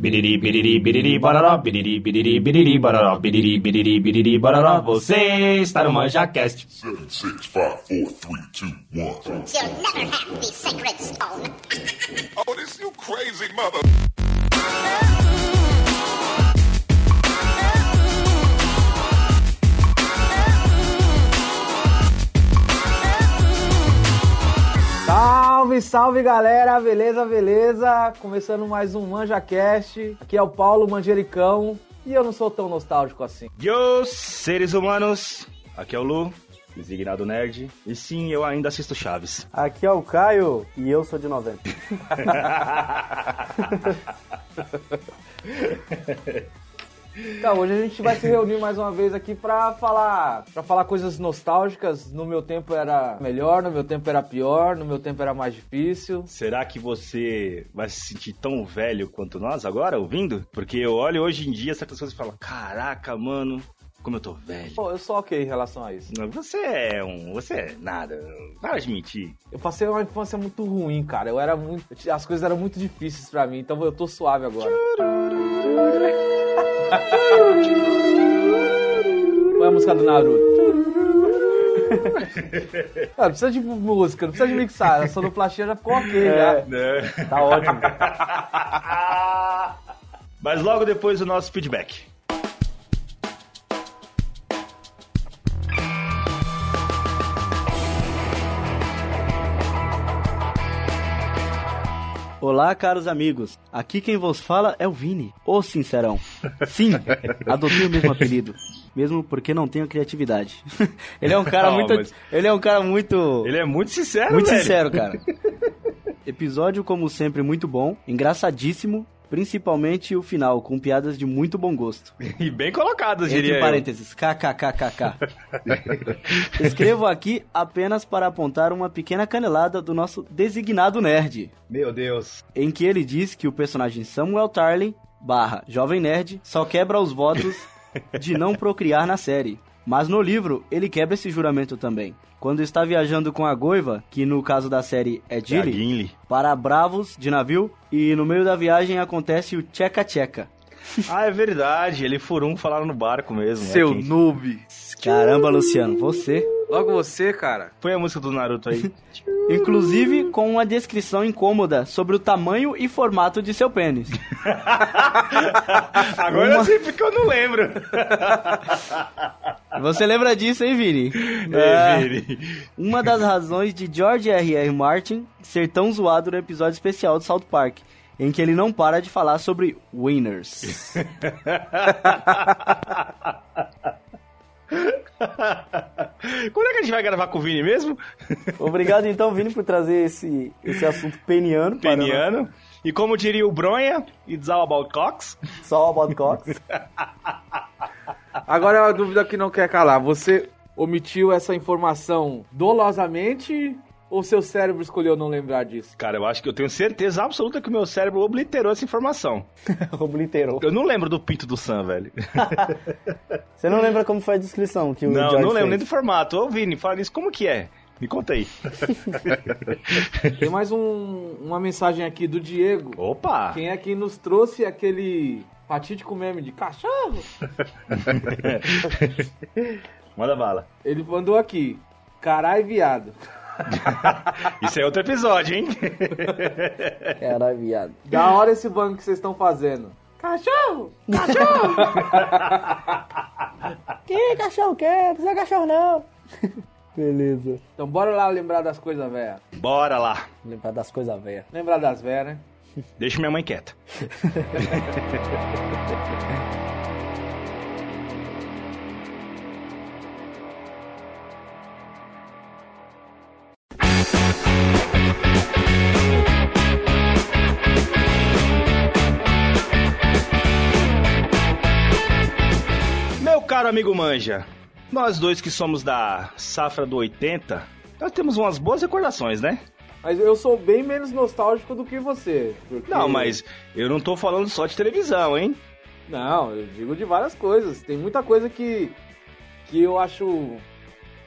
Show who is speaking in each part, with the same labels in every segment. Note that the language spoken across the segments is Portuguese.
Speaker 1: Biriri, biriri, biriri, bororó, biriri, biriri, biriri, bororó, biriri, biriri, biriri, bororó, você está no ManjaCast.
Speaker 2: Seven, six, five, four, three, two, one.
Speaker 3: You'll never have the sacred stone.
Speaker 2: Oh, this you crazy mother.
Speaker 4: Salve, salve galera, beleza, beleza? Começando mais um ManjaCast, aqui é o Paulo Manjericão e eu não sou tão nostálgico assim.
Speaker 5: Yo, seres humanos! Aqui é o Lu, designado nerd. E sim, eu ainda assisto Chaves.
Speaker 6: Aqui é o Caio e eu sou de 90.
Speaker 4: Então, hoje a gente vai se reunir mais uma vez aqui pra falar, pra falar coisas nostálgicas. No meu tempo era melhor, no meu tempo era pior, no meu tempo era mais difícil.
Speaker 5: Será que você vai se sentir tão velho quanto nós agora, ouvindo? Porque eu olho hoje em dia certas coisas e falo, caraca, mano, como eu tô velho.
Speaker 4: Pô, eu sou ok em relação a isso.
Speaker 5: Não, Você é um. Você é nada. Para de mentir.
Speaker 4: Eu passei uma infância muito ruim, cara. Eu era muito. As coisas eram muito difíceis pra mim, então eu tô suave agora. Qual é a música do Naruto? Não, não precisa de música, não precisa de mixar. A sonoplastia já ficou ok já.
Speaker 5: Né?
Speaker 6: Tá ótimo.
Speaker 5: Mas logo depois o nosso feedback.
Speaker 6: Olá, caros amigos. Aqui quem vos fala é o Vini, o sincerão. Sim, adotei o mesmo apelido. Mesmo porque não tenho criatividade. Ele é um cara
Speaker 5: Não,
Speaker 6: muito.
Speaker 5: mas-
Speaker 6: Ele é um cara muito.
Speaker 5: Ele é muito sincero,
Speaker 6: muito
Speaker 5: velho.
Speaker 6: sincero, cara. Episódio, como sempre, muito bom, engraçadíssimo, principalmente o final, com piadas de muito bom gosto.
Speaker 5: E bem colocado, eu diria.
Speaker 6: Entre
Speaker 5: eu.
Speaker 6: parênteses, kkkk. Escrevo aqui apenas para apontar uma pequena canelada do nosso designado nerd,
Speaker 5: Meu Deus.
Speaker 6: em que ele diz que o personagem Samuel Tarly, barra Jovem Nerd, só quebra os votos de não procriar na série. Mas no livro, ele quebra esse juramento também. Quando está viajando com a Goiva, que no caso da série é
Speaker 5: É a
Speaker 6: Dilly,
Speaker 5: Gimli.
Speaker 6: para Bravos de navio, e no meio da viagem acontece o tcheca-tcheca.
Speaker 5: Ah, é verdade. Ele furou um falaram no barco mesmo. é
Speaker 4: Seu
Speaker 5: quem-
Speaker 4: noob.
Speaker 6: Caramba, Luciano, você...
Speaker 4: Logo você, cara.
Speaker 5: Põe a música do Naruto aí.
Speaker 6: Inclusive com uma descrição incômoda sobre o tamanho e formato de seu pênis.
Speaker 5: Agora eu
Speaker 6: Uma-
Speaker 5: sei porque eu não lembro.
Speaker 6: Você lembra disso, hein, Vini?
Speaker 5: É, Vini.
Speaker 6: Uma das razões de George R.R. Martin ser tão zoado no episódio especial do South Park, em que ele não para de falar sobre winners.
Speaker 5: Quando é que a gente vai gravar com o Vini mesmo?
Speaker 6: Obrigado, então, Vini, por trazer esse, esse assunto peniano. para nós.
Speaker 5: Peniano. E como diria o Bronha, it's all about cocks.
Speaker 6: Só o Bob Cox.
Speaker 4: Agora é uma dúvida que não quer calar. Você omitiu essa informação dolosamente ou seu cérebro escolheu não lembrar disso?
Speaker 5: Cara, eu acho que eu tenho certeza absoluta que o meu cérebro obliterou essa informação.
Speaker 6: Obliterou.
Speaker 5: Eu não lembro do pinto do Sam, velho.
Speaker 6: Você não lembra como foi a descrição que o
Speaker 5: Não,
Speaker 6: George
Speaker 5: não lembro nem
Speaker 6: fez?
Speaker 5: do formato. Ô, Vini, fala isso, como que é? Me conta aí.
Speaker 4: Tem mais um- uma mensagem aqui do Diego.
Speaker 5: Opa!
Speaker 4: Quem é que nos trouxe aquele fatídico meme de cachorro?
Speaker 5: Manda bala.
Speaker 4: Ele mandou aqui. Carai, viado.
Speaker 5: Isso é outro episódio, hein?
Speaker 6: Caralho, viado.
Speaker 4: Da hora esse banco que vocês estão fazendo. Cachorro!
Speaker 6: Que cachorro quer? Não precisa de cachorro, não. Beleza.
Speaker 4: Então bora lá lembrar das coisas velhas.
Speaker 5: Bora lá.
Speaker 6: Lembrar das coisas velhas.
Speaker 4: Lembrar das velhas, né?
Speaker 5: Deixa minha mãe quieta. Meu caro amigo Manja, nós dois que somos da safra do 80, nós temos umas boas recordações, né?
Speaker 4: Mas eu sou bem menos nostálgico do que você. porque-
Speaker 5: Não, mas eu não tô falando só de televisão, hein?
Speaker 4: Não, eu digo de várias coisas. Tem muita coisa que, que eu acho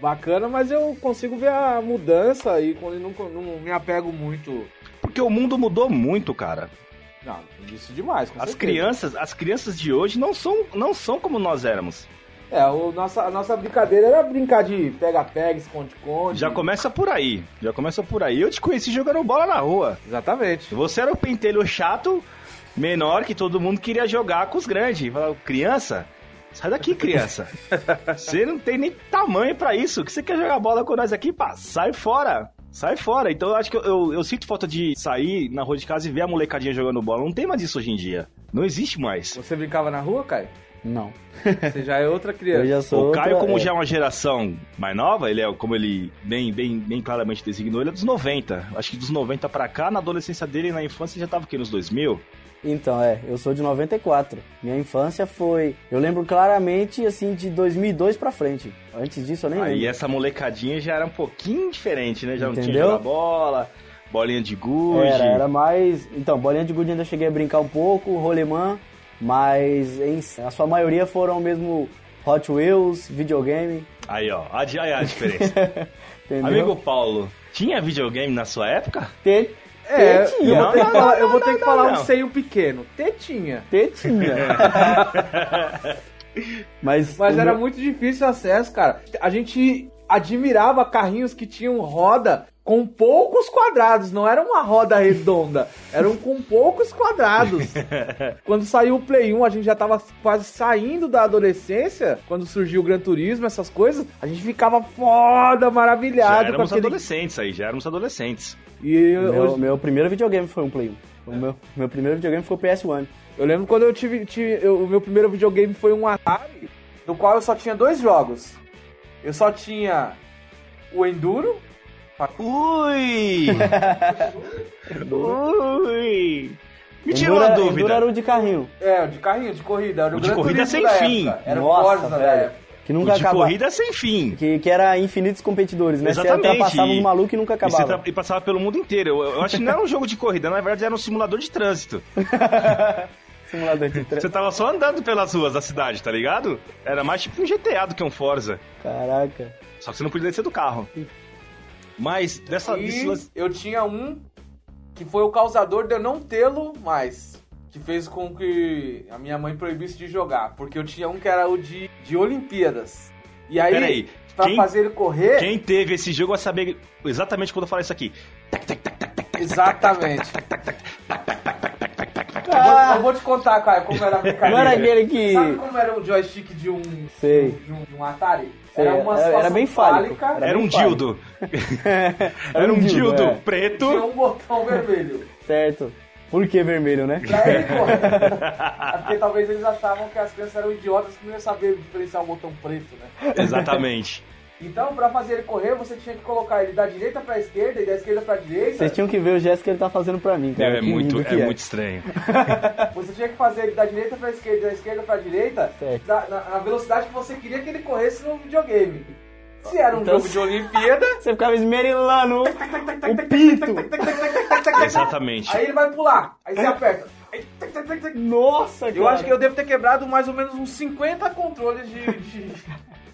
Speaker 4: bacana, mas eu consigo ver a mudança e quando eu não, não me apego muito.
Speaker 5: Porque o mundo mudou muito, cara.
Speaker 4: Não, isso é demais. Com
Speaker 5: As
Speaker 4: certeza.
Speaker 5: crianças, as crianças de hoje não são, não são como nós éramos.
Speaker 4: É, o nossa, a nossa brincadeira era brincar de pega-pega, esconde-conde.
Speaker 5: Já começa por aí. Já começa por aí. Eu te conheci jogando bola na rua.
Speaker 4: Exatamente.
Speaker 5: Você era o pentelho chato, menor, que todo mundo queria jogar com os grandes. Falava, criança, sai daqui, criança. Você não tem nem tamanho pra isso. O que você quer jogar bola com nós aqui? Pá, sai fora. Sai fora. Então eu acho que eu, eu, eu sinto falta de sair na rua de casa e ver a molecadinha jogando bola. Não tem mais isso hoje em dia. Não existe mais.
Speaker 4: Você brincava na rua, Caio?
Speaker 6: Não.
Speaker 4: Você já é outra
Speaker 6: Eu
Speaker 4: criança.
Speaker 6: já sou.
Speaker 5: O Caio,
Speaker 6: outra-
Speaker 5: como
Speaker 6: é.
Speaker 5: já é uma geração mais nova, ele é, como ele bem, bem, bem claramente designou, ele é dos 90. Acho que dos 90 pra cá, na adolescência dele e na infância, já tava aqui nos 2000.
Speaker 6: Então, é, eu sou de 94. Minha infância foi. Eu lembro claramente, assim, de 2002 pra frente. Antes disso, eu nem
Speaker 5: Aí
Speaker 6: lembro.
Speaker 5: essa molecadinha já era um pouquinho diferente, né? Já não tinha
Speaker 6: Entendeu?
Speaker 5: jogar bola, bolinha de gude.
Speaker 6: Era, era mais. Então, bolinha de gude ainda cheguei a brincar um pouco, rolemã, mas em... a sua maioria foram mesmo Hot Wheels, videogame.
Speaker 5: Aí, ó, aí a diferença.
Speaker 6: Entendeu?
Speaker 5: Amigo Paulo, tinha videogame na sua época?
Speaker 6: Te-
Speaker 4: É, eu
Speaker 6: tetinha.
Speaker 4: vou ter
Speaker 5: Não,
Speaker 4: que falar, eu
Speaker 5: não,
Speaker 4: vou
Speaker 5: não,
Speaker 4: ter que
Speaker 5: não,
Speaker 4: falar
Speaker 5: não.
Speaker 4: um seio pequeno. Tetinha.
Speaker 6: Tetinha. mas
Speaker 4: Mas
Speaker 6: o
Speaker 4: era
Speaker 6: meu-
Speaker 4: muito difícil o acesso, cara. A gente admirava carrinhos que tinham roda com poucos quadrados, não era uma roda redonda, eram com poucos quadrados. quando saiu o Play 1, a gente já tava quase saindo da adolescência, quando surgiu o Gran Turismo, essas coisas, a gente ficava foda,
Speaker 5: Já
Speaker 4: maravilhado com
Speaker 5: éramos
Speaker 4: aquele...
Speaker 5: adolescentes aí, já éramos adolescentes.
Speaker 4: E eu,
Speaker 6: Meu, meu primeiro videogame foi um Play 1. O meu, meu primeiro videogame foi o PS1.
Speaker 4: eu lembro quando eu tive, tive- eu- o meu primeiro videogame foi um Atari, no qual eu só tinha dois jogos. Eu só tinha o Enduro,
Speaker 5: Ui! Ui! Me tirou
Speaker 6: Enduro
Speaker 5: a
Speaker 6: era-
Speaker 5: dúvida.
Speaker 6: Enduro era o de carrinho,
Speaker 4: É, de carrinho, de corrida. Era o,
Speaker 5: O de
Speaker 4: Gran
Speaker 5: corrida
Speaker 4: Turismo
Speaker 5: sem
Speaker 4: da
Speaker 5: fim.
Speaker 4: época, Era
Speaker 6: Nossa,
Speaker 4: o Forza da
Speaker 6: velho.
Speaker 4: época.
Speaker 6: que nunca
Speaker 5: o de
Speaker 6: acabava.
Speaker 5: corrida sem fim.
Speaker 6: Que, que era infinitos competidores, né?
Speaker 5: Exatamente.
Speaker 6: Você ultrapassava os malucos e nunca
Speaker 5: E, você
Speaker 6: acabava.
Speaker 5: tra- e passava pelo mundo inteiro. Eu, eu acho que não era um jogo de corrida, na verdade era um simulador de trânsito.
Speaker 6: Simulador de trânsito.
Speaker 5: Você tava só andando pelas ruas da cidade, tá ligado? Era mais tipo um GTA do que um Forza.
Speaker 6: Caraca.
Speaker 5: Só que você não podia descer do carro. Mas dessa. desse
Speaker 4: E
Speaker 5: lance-
Speaker 4: eu tinha um que foi o causador de eu não tê-lo mais. Que fez com que a minha mãe proibisse de jogar. Porque eu tinha um que era o de, de Olimpíadas. E aí,
Speaker 5: Peraí,
Speaker 4: pra
Speaker 5: quem-
Speaker 4: fazer ele correr,
Speaker 5: Quem teve esse jogo vai saber exatamente quando eu falar isso aqui.
Speaker 4: exatamente. Eu vou- eu
Speaker 5: tá
Speaker 4: vou te contar, Caio, como era a
Speaker 6: Não
Speaker 4: brincadeira.
Speaker 6: era Ah, aquele que.
Speaker 4: Sabe como era o joystick de um,
Speaker 6: Sei.
Speaker 4: de um, de um Atari?
Speaker 6: Sei,
Speaker 4: Era uma
Speaker 6: era- era
Speaker 4: situação
Speaker 6: bem fálico.
Speaker 4: fálica.
Speaker 5: Era,
Speaker 6: Era
Speaker 5: um
Speaker 6: bem fácil.
Speaker 5: dildo. Era um dildo,
Speaker 6: é.
Speaker 4: Tinha
Speaker 5: preto.
Speaker 4: um botão vermelho.
Speaker 6: Certo. Por que vermelho, né?
Speaker 4: Pra ele correr. É porque talvez eles achavam que as crianças eram idiotas que não iam saber diferenciar o botão preto, né?
Speaker 5: Exatamente.
Speaker 4: Então, pra fazer ele correr, você tinha que colocar ele da direita pra esquerda e da esquerda pra direita.
Speaker 6: Vocês tinham que ver o gesto que ele tá fazendo pra mim, cara.
Speaker 5: é
Speaker 6: Que
Speaker 5: muito,
Speaker 6: lindo
Speaker 5: é,
Speaker 6: que é.
Speaker 5: muito estranho.
Speaker 4: Você tinha que fazer ele da direita pra esquerda e da esquerda pra direita
Speaker 6: Certo.
Speaker 4: da- na, na velocidade que você queria que ele corresse no videogame. Se era um
Speaker 6: Então-
Speaker 4: jogo de Olimpíada,
Speaker 6: Você ficava esmerilando o o pinto.
Speaker 5: Exatamente.
Speaker 4: aí ele vai pular. Aí você aperta. Aí-
Speaker 6: Nossa, cara.
Speaker 4: Eu acho que eu devo ter quebrado mais ou menos uns 50 controles de, de,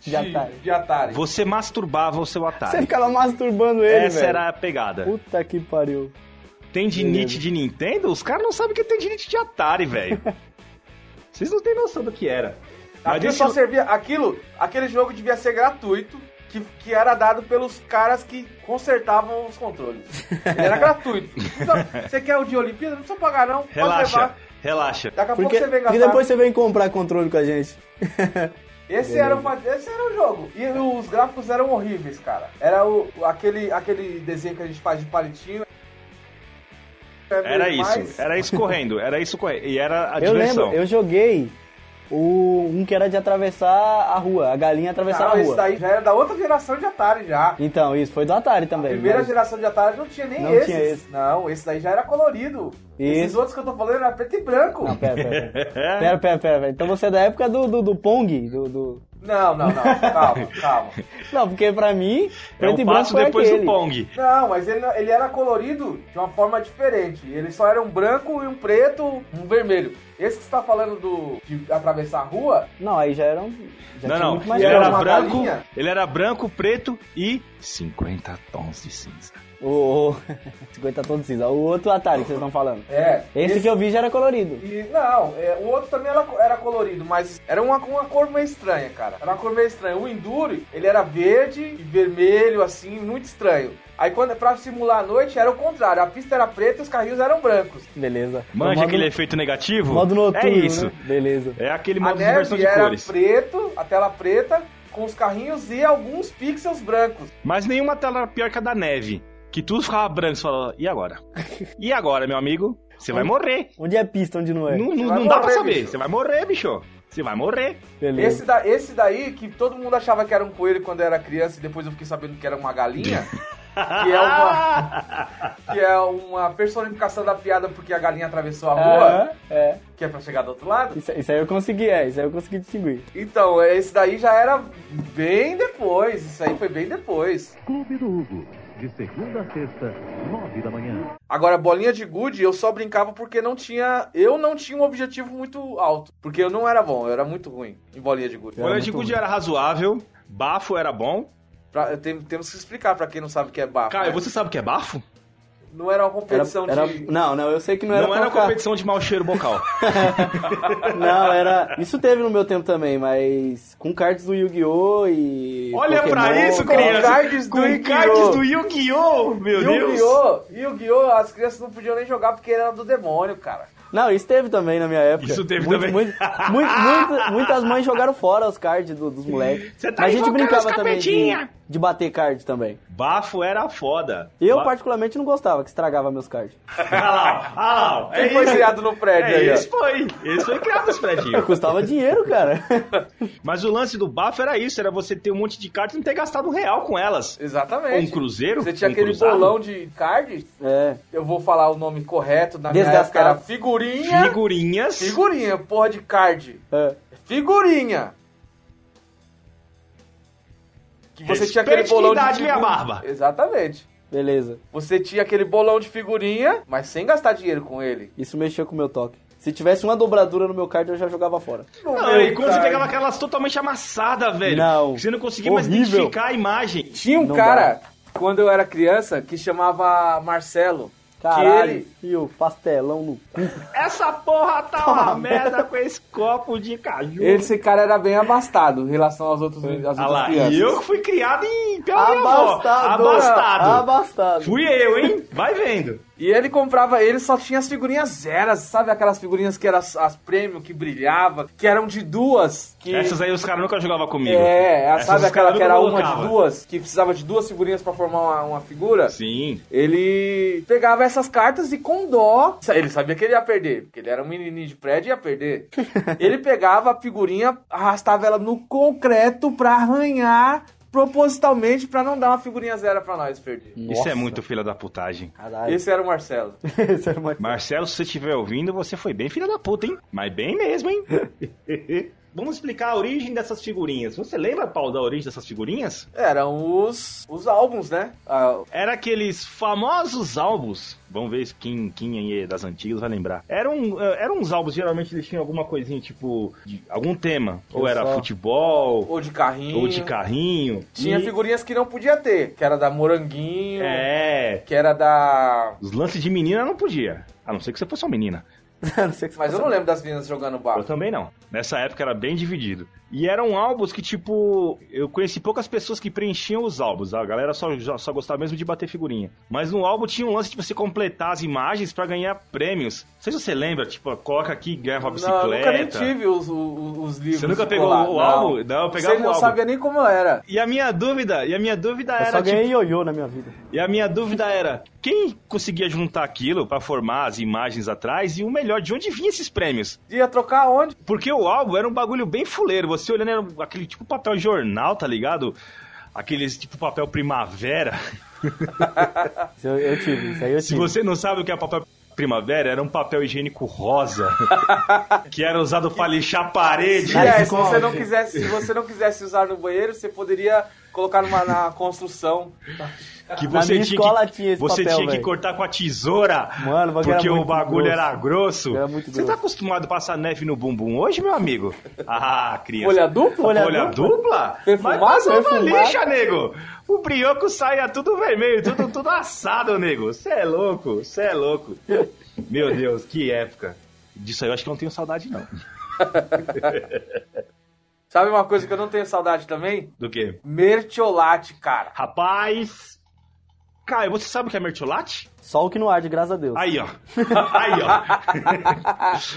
Speaker 6: De Atari.
Speaker 4: de Atari.
Speaker 5: Você masturbava o seu
Speaker 6: Você
Speaker 5: Atari.
Speaker 6: ficava masturbando ele,
Speaker 5: Essa
Speaker 6: velho.
Speaker 5: era a pegada.
Speaker 6: Puta que pariu.
Speaker 5: Tendinite de Nintendo? Os caras não sabem que é tendinite de Atari, velho. Vocês não têm noção do que era. Mas
Speaker 4: Aquilo
Speaker 5: deixa
Speaker 4: só
Speaker 5: eu...
Speaker 4: servia. Aquilo, aquele jogo devia ser gratuito, que, que era dado pelos caras que consertavam os controles. Ele era gratuito. Não precisa- você quer o de Olimpíada? Não precisa pagar, não. Pode
Speaker 5: Relaxa,
Speaker 4: levar. Tá
Speaker 5: relaxa.
Speaker 4: Daqui a pouco
Speaker 6: Porque,
Speaker 4: você vem
Speaker 6: porque
Speaker 4: gastar.
Speaker 6: depois você vem comprar controle com a gente.
Speaker 4: Esse, era uma, esse era o jogo. E os gráficos eram horríveis, cara. Era o, aquele, aquele desenho que a gente faz de palitinho. É
Speaker 5: Era
Speaker 4: Mas-
Speaker 5: isso, era isso correndo, era isso correndo. E era a
Speaker 6: Eu
Speaker 5: É diversão.
Speaker 6: lembro, eu joguei o, um que era de atravessar a rua, a galinha atravessar
Speaker 4: Não,
Speaker 6: a
Speaker 4: esse
Speaker 6: rua.
Speaker 4: daí já era da outra geração de Atari já.
Speaker 6: Então, isso foi do Atari também.
Speaker 4: Primeira
Speaker 6: mas-
Speaker 4: geração de Atari não tinha nem
Speaker 6: Não
Speaker 4: esses.
Speaker 6: tinha esse.
Speaker 4: Não, esse daí já era colorido. Esses
Speaker 6: Isso.
Speaker 4: outros que eu tô falando era preto e branco.
Speaker 6: Não, pera, pera,
Speaker 5: É,
Speaker 6: pera. Pera, pera, pera, pera. Então você é da época do, do, do Pong? Do, do-
Speaker 4: Não, não, não. Calma, calma.
Speaker 6: Não, porque pra mim,
Speaker 5: É
Speaker 6: preto
Speaker 5: um
Speaker 6: e branco
Speaker 5: passo
Speaker 6: foi
Speaker 5: depois
Speaker 6: aquele.
Speaker 5: do Pong.
Speaker 4: Não, mas ele, ele era colorido de uma forma diferente. Ele só era um branco e um preto, um vermelho. Esse que você tá falando do, de atravessar a rua,
Speaker 6: Não, aí já eram. Já
Speaker 5: Não,
Speaker 6: tinha
Speaker 5: não.
Speaker 6: muito mais
Speaker 5: Ele
Speaker 4: era
Speaker 5: era
Speaker 6: coisa.
Speaker 4: uma
Speaker 5: branco,
Speaker 4: galinha?
Speaker 5: ele era branco, preto e 50 tons de cinza.
Speaker 6: O, o 50 tons de cinza. O outro Atari que vocês estão falando.
Speaker 4: é.
Speaker 6: Esse, que eu vi já era colorido.
Speaker 4: E, não, é, o outro também era, era colorido, mas era uma, uma cor meio estranha, cara. Era uma cor meio estranha. O Enduro, ele era verde e vermelho, assim, muito estranho. Aí quando pra simular a noite era o contrário, a pista era preta e os carrinhos eram brancos.
Speaker 6: Beleza.
Speaker 5: Manja
Speaker 6: Então, Modo-
Speaker 5: aquele efeito negativo?
Speaker 6: Modo noturno,
Speaker 5: é isso.
Speaker 6: né? Beleza.
Speaker 5: É aquele
Speaker 4: A
Speaker 5: modo de
Speaker 4: neve
Speaker 5: inversão de
Speaker 4: era
Speaker 5: cores.
Speaker 4: preto, a tela preta, com os carrinhos e alguns pixels brancos.
Speaker 5: Mas nenhuma tela era pior que a da neve. Que tudo ficava branco. Você falava, e agora? E agora, meu amigo? Você vai morrer.
Speaker 6: Onde é pista, onde não é?
Speaker 5: Não, não-
Speaker 4: vai
Speaker 5: não dá pra
Speaker 4: morrer,
Speaker 5: saber.
Speaker 4: bicho.
Speaker 5: Você vai morrer, bicho. Você vai morrer.
Speaker 6: Beleza.
Speaker 4: Esse, da, esse daí, que todo mundo achava que era um coelho quando eu era criança e depois eu fiquei sabendo que era uma galinha, que é
Speaker 5: Ah!
Speaker 4: uma, que é uma personificação da piada porque a galinha atravessou a rua,
Speaker 6: Aham, é.
Speaker 4: que é pra chegar do outro lado.
Speaker 6: Isso, isso aí eu consegui, é. Isso aí eu consegui distinguir.
Speaker 4: Então, esse daí já era bem depois, isso aí foi bem depois.
Speaker 7: Clube do Hugo, de segunda a sexta, nove da manhã.
Speaker 4: Agora, bolinha de gude, eu só brincava porque não tinha. Eu não tinha um objetivo muito alto. Porque eu não era bom, eu era muito ruim em bolinha de gude.
Speaker 5: O Antigo era razoável. Bafo era bom.
Speaker 4: Pra- tem- temos que explicar pra quem não sabe o que é bafo.
Speaker 5: Cara,
Speaker 4: né?
Speaker 5: você sabe o que é bafo?
Speaker 4: Não era uma
Speaker 6: Era-
Speaker 4: competição
Speaker 6: era-
Speaker 4: de.
Speaker 6: Não, não, eu sei que não
Speaker 5: Não
Speaker 6: era
Speaker 5: era,
Speaker 6: pra ficar-
Speaker 5: competição de mau cheiro bocal.
Speaker 6: Não, era. Isso teve no meu tempo também, mas com cards do Yu-Gi-Oh! e.
Speaker 5: Olha
Speaker 6: Pokémon.
Speaker 5: pra isso,
Speaker 4: com
Speaker 5: criança.
Speaker 4: cards do
Speaker 5: com
Speaker 4: Yu-Gi-Oh!
Speaker 5: cards do Yu-Gi-Oh! Meu Deus.
Speaker 4: Yu-Gi-Oh! Yu-Gi-Oh! As crianças não podiam nem jogar porque era do demônio, cara.
Speaker 6: Não, isso teve também na minha época.
Speaker 5: Isso teve
Speaker 6: Muito-
Speaker 5: também.
Speaker 6: muito- muito- muito- muitas mães jogaram fora os cards do- dos moleques.
Speaker 5: Você tá
Speaker 6: Mas a gente
Speaker 5: invocando
Speaker 6: brincava
Speaker 5: os
Speaker 6: também de,
Speaker 5: capetinha.
Speaker 6: de bater card também.
Speaker 5: Bafo era foda.
Speaker 6: Eu,
Speaker 5: Ba-
Speaker 6: particularmente, não gostava que estragava meus cards.
Speaker 5: Ah lá, ah lá, é
Speaker 4: Quem foi
Speaker 5: isso.
Speaker 4: criado no prédio
Speaker 5: É,
Speaker 4: aí, ó?
Speaker 5: esse foi. Esse foi criado os prédios.
Speaker 6: Custava dinheiro, cara.
Speaker 5: Mas o lance do bafo era isso, era você ter um monte de cartas e não ter gastado um real com elas. Ou
Speaker 4: Exatamente.
Speaker 5: um cruzeiro.
Speaker 4: Você tinha
Speaker 5: um
Speaker 4: aquele
Speaker 5: cruzado.
Speaker 4: bolão de cards.
Speaker 6: É.
Speaker 4: Eu vou falar o nome correto. Na minha época
Speaker 6: Desgastado.
Speaker 4: era figurinha.
Speaker 5: Figurinhas.
Speaker 4: Figurinha, porra de card.
Speaker 6: é.
Speaker 4: Figurinha. Que você tinha aquele
Speaker 5: Respeite
Speaker 4: bolão
Speaker 5: minha idade,
Speaker 4: de.
Speaker 5: minha
Speaker 4: figurinha.
Speaker 5: barba.
Speaker 4: Exatamente.
Speaker 6: Beleza.
Speaker 4: Você tinha aquele bolão de figurinha, mas sem gastar dinheiro com ele.
Speaker 6: Isso mexeu com o meu toque. Se tivesse uma dobradura no meu card, eu já jogava fora.
Speaker 5: Não, e quando você pegava aquelas totalmente amassadas, velho.
Speaker 6: Não.
Speaker 5: Você não conseguia mais
Speaker 6: Horrível.
Speaker 5: identificar a imagem.
Speaker 4: Tinha um
Speaker 6: Não
Speaker 4: cara, quando eu era criança, que chamava Marcelo. Que
Speaker 6: Caralho.
Speaker 4: ele,
Speaker 6: E o pastelão no cu.
Speaker 5: Essa porra tá uma merda com esse copo de caju.
Speaker 4: esse cara era bem abastado em relação aos outros, às outras
Speaker 5: Ah lá,
Speaker 4: crianças.
Speaker 5: e eu que fui criado em... Pela
Speaker 6: Abastado.
Speaker 5: Minha avó. Abastado.
Speaker 6: Abastado.
Speaker 5: Fui eu, hein? Vai vendo.
Speaker 4: E ele comprava, ele só tinha as figurinhas zeras, sabe aquelas figurinhas que eram as, as premium, que brilhava, que eram de duas, que...
Speaker 5: Essas aí os caras nunca jogavam comigo.
Speaker 4: É,
Speaker 5: Essas
Speaker 4: sabe
Speaker 5: os
Speaker 4: aquela
Speaker 5: caras
Speaker 4: que era
Speaker 5: nunca
Speaker 4: uma de
Speaker 5: colocavam.
Speaker 4: duas, que precisava de duas figurinhas pra formar uma, uma figura?
Speaker 5: Sim.
Speaker 4: Ele pegava essas cartas e com dó. Ele sabia que ele ia perder, porque ele era um menininho de prédio e ia perder. ele pegava a figurinha, arrastava ela no concreto pra arranhar propositalmente pra não dar uma figurinha zero pra nós perder.
Speaker 5: Isso é muito é filha da putagem.
Speaker 6: Caralho.
Speaker 4: Esse era o Marcelo.
Speaker 6: Esse era mais...
Speaker 5: Marcelo, se você estiver ouvindo, você foi bem filha da puta, hein? Mas bem mesmo, hein? Vamos explicar a origem dessas figurinhas. Você lembra, Paulo, da origem dessas figurinhas?
Speaker 4: Eram os, os álbuns, né? Ah,
Speaker 5: Era aqueles famosos álbuns. Vamos ver se quem, quem aí é das antigas vai lembrar. Eram, eh, eram uns álbuns, geralmente eles tinham alguma coisinha, tipo, de algum tema. Ou era
Speaker 6: só.
Speaker 5: futebol,
Speaker 4: ou de carrinho.
Speaker 5: ou de carrinho.
Speaker 4: Tinha
Speaker 5: E-
Speaker 4: figurinhas que não podia ter, que era da Moranguinho,
Speaker 5: É.
Speaker 4: que era da...
Speaker 5: Os lances de menina não podia. A não ser que você fosse uma menina.
Speaker 6: não sei o que você
Speaker 4: Mas eu
Speaker 5: tá
Speaker 6: passa-
Speaker 4: não lembro das meninas jogando
Speaker 5: Eu
Speaker 4: bafo.
Speaker 5: também não. Nessa época era bem dividido. E eram álbuns que, tipo, eu conheci poucas pessoas que preenchiam os álbuns. A galera só, já- só gostava mesmo de bater figurinha. Mas no álbum tinha um lance de você completar as imagens pra ganhar prêmios. Não sei se você lembra, tipo, coloca aqui e ganha uma bicicleta.
Speaker 4: Não, eu nunca nem tive os, os, os livros.
Speaker 5: Você nunca pegou
Speaker 4: escolar.
Speaker 5: o
Speaker 4: Não.
Speaker 5: álbum? Não, eu pegava
Speaker 4: Você não
Speaker 5: o álbum.
Speaker 4: sabia nem como era.
Speaker 5: E a minha dúvida, e a minha dúvida
Speaker 6: Eu
Speaker 5: era.
Speaker 6: só
Speaker 5: tipo,
Speaker 6: ganhei ioiô na minha vida.
Speaker 5: E a minha dúvida era, quem conseguia juntar aquilo pra formar as imagens atrás e o melhor, de onde vinham esses prêmios?
Speaker 4: Ia trocar onde?
Speaker 5: Porque o álbum era um bagulho bem fuleiro. Você olhando era aquele tipo papel jornal, tá ligado? Aqueles tipo papel primavera.
Speaker 6: Isso eu, eu tive, isso aí eu
Speaker 5: Se
Speaker 6: tive.
Speaker 5: você não sabe o que é papel primavera, era um papel higiênico rosa. que era usado pra lixar a parede.
Speaker 6: Mas
Speaker 4: É, se
Speaker 6: ficou
Speaker 4: você não
Speaker 6: onde?
Speaker 4: quisesse, se você não quisesse usar no banheiro, você poderia colocar numa na construção.
Speaker 5: Que
Speaker 6: Na
Speaker 5: você
Speaker 6: minha
Speaker 5: tinha
Speaker 6: escola
Speaker 5: que,
Speaker 6: tinha esse
Speaker 5: você
Speaker 6: papel,
Speaker 5: tinha que
Speaker 6: velho.
Speaker 5: cortar com a tesoura,
Speaker 6: Mano, o bagulho
Speaker 5: porque
Speaker 6: era
Speaker 5: o
Speaker 6: muito
Speaker 5: bagulho
Speaker 6: grosso.
Speaker 5: era grosso.
Speaker 6: Era muito
Speaker 5: Você tá
Speaker 6: grosso.
Speaker 5: acostumado a passar neve no bumbum hoje, meu amigo? Ah, criança.
Speaker 4: Olha dupla?
Speaker 5: Olha,
Speaker 6: Olha
Speaker 5: dupla?
Speaker 4: Perfumado,
Speaker 5: Mas é uma
Speaker 4: perfumado.
Speaker 5: lixa, nego. O brioco saia tudo vermelho, tudo, tudo assado, nego. Você é louco, você é louco. Meu Deus, que época. Disso aí eu acho que eu não tenho saudade, não.
Speaker 4: Sabe uma coisa que eu não tenho saudade também?
Speaker 5: Do quê?
Speaker 4: Mertiolate, cara.
Speaker 5: Rapaz... Caio, você sabe o que é mertiolate?
Speaker 6: Só o que não arde, graças a Deus.
Speaker 5: Aí, ó. Aí, ó.